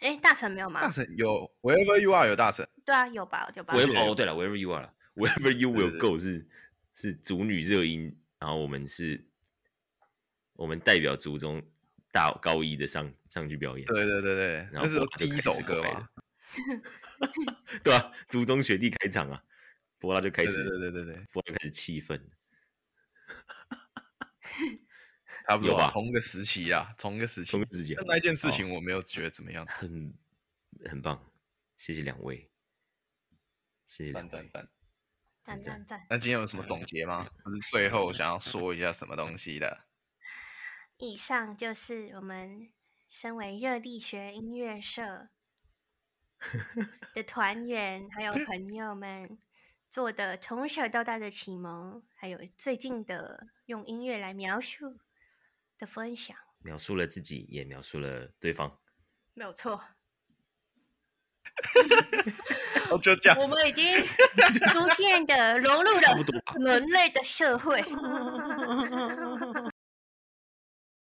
S1: 哎、大成没有吗
S3: 大？神有 Wherever you are 有大神，
S1: 对啊，有吧？有吧
S2: 我？
S3: 也
S2: 哦，对了，Wherever you are 啦，Wherever you
S3: 对
S2: will
S3: 对
S2: go 是是主女热音，然后我们是，我们代表族中大高一的上上去表演，
S3: 对对对对，
S2: 然
S3: 那
S2: 后
S3: 是
S2: 我爸就
S3: 第一
S2: 开
S3: 首
S2: 始
S3: 歌
S2: 嗨
S3: 嘛
S2: 了，对啊，族中学弟开场啊，博拉就开
S3: 对
S2: 始
S3: 对，对对对对，
S2: 博拉就开始气愤了，
S3: 差不
S2: 有
S3: 多
S2: 吧
S3: 同个时期啊，同个时期
S2: 从。自己
S3: 但那件事情我没有觉得怎么样，
S2: 很很棒，谢谢两位，谢谢两
S3: 赞赞
S2: 位，
S3: 赞。
S1: 赞赞赞！
S3: 那今天有什么总结吗？就是最后想要说一下什么东 西的？
S1: 以上就是我们身为热力学音乐社的团员，还有朋友们做的从小到大的启蒙，还有最近的用音乐来描述的分享，
S2: 描述了自己，也描述了对方。
S1: 没有错。
S3: 哦就这样
S1: 我，们已经逐渐的融入
S2: 差不
S1: 了
S2: 多吧
S1: 人类的社会。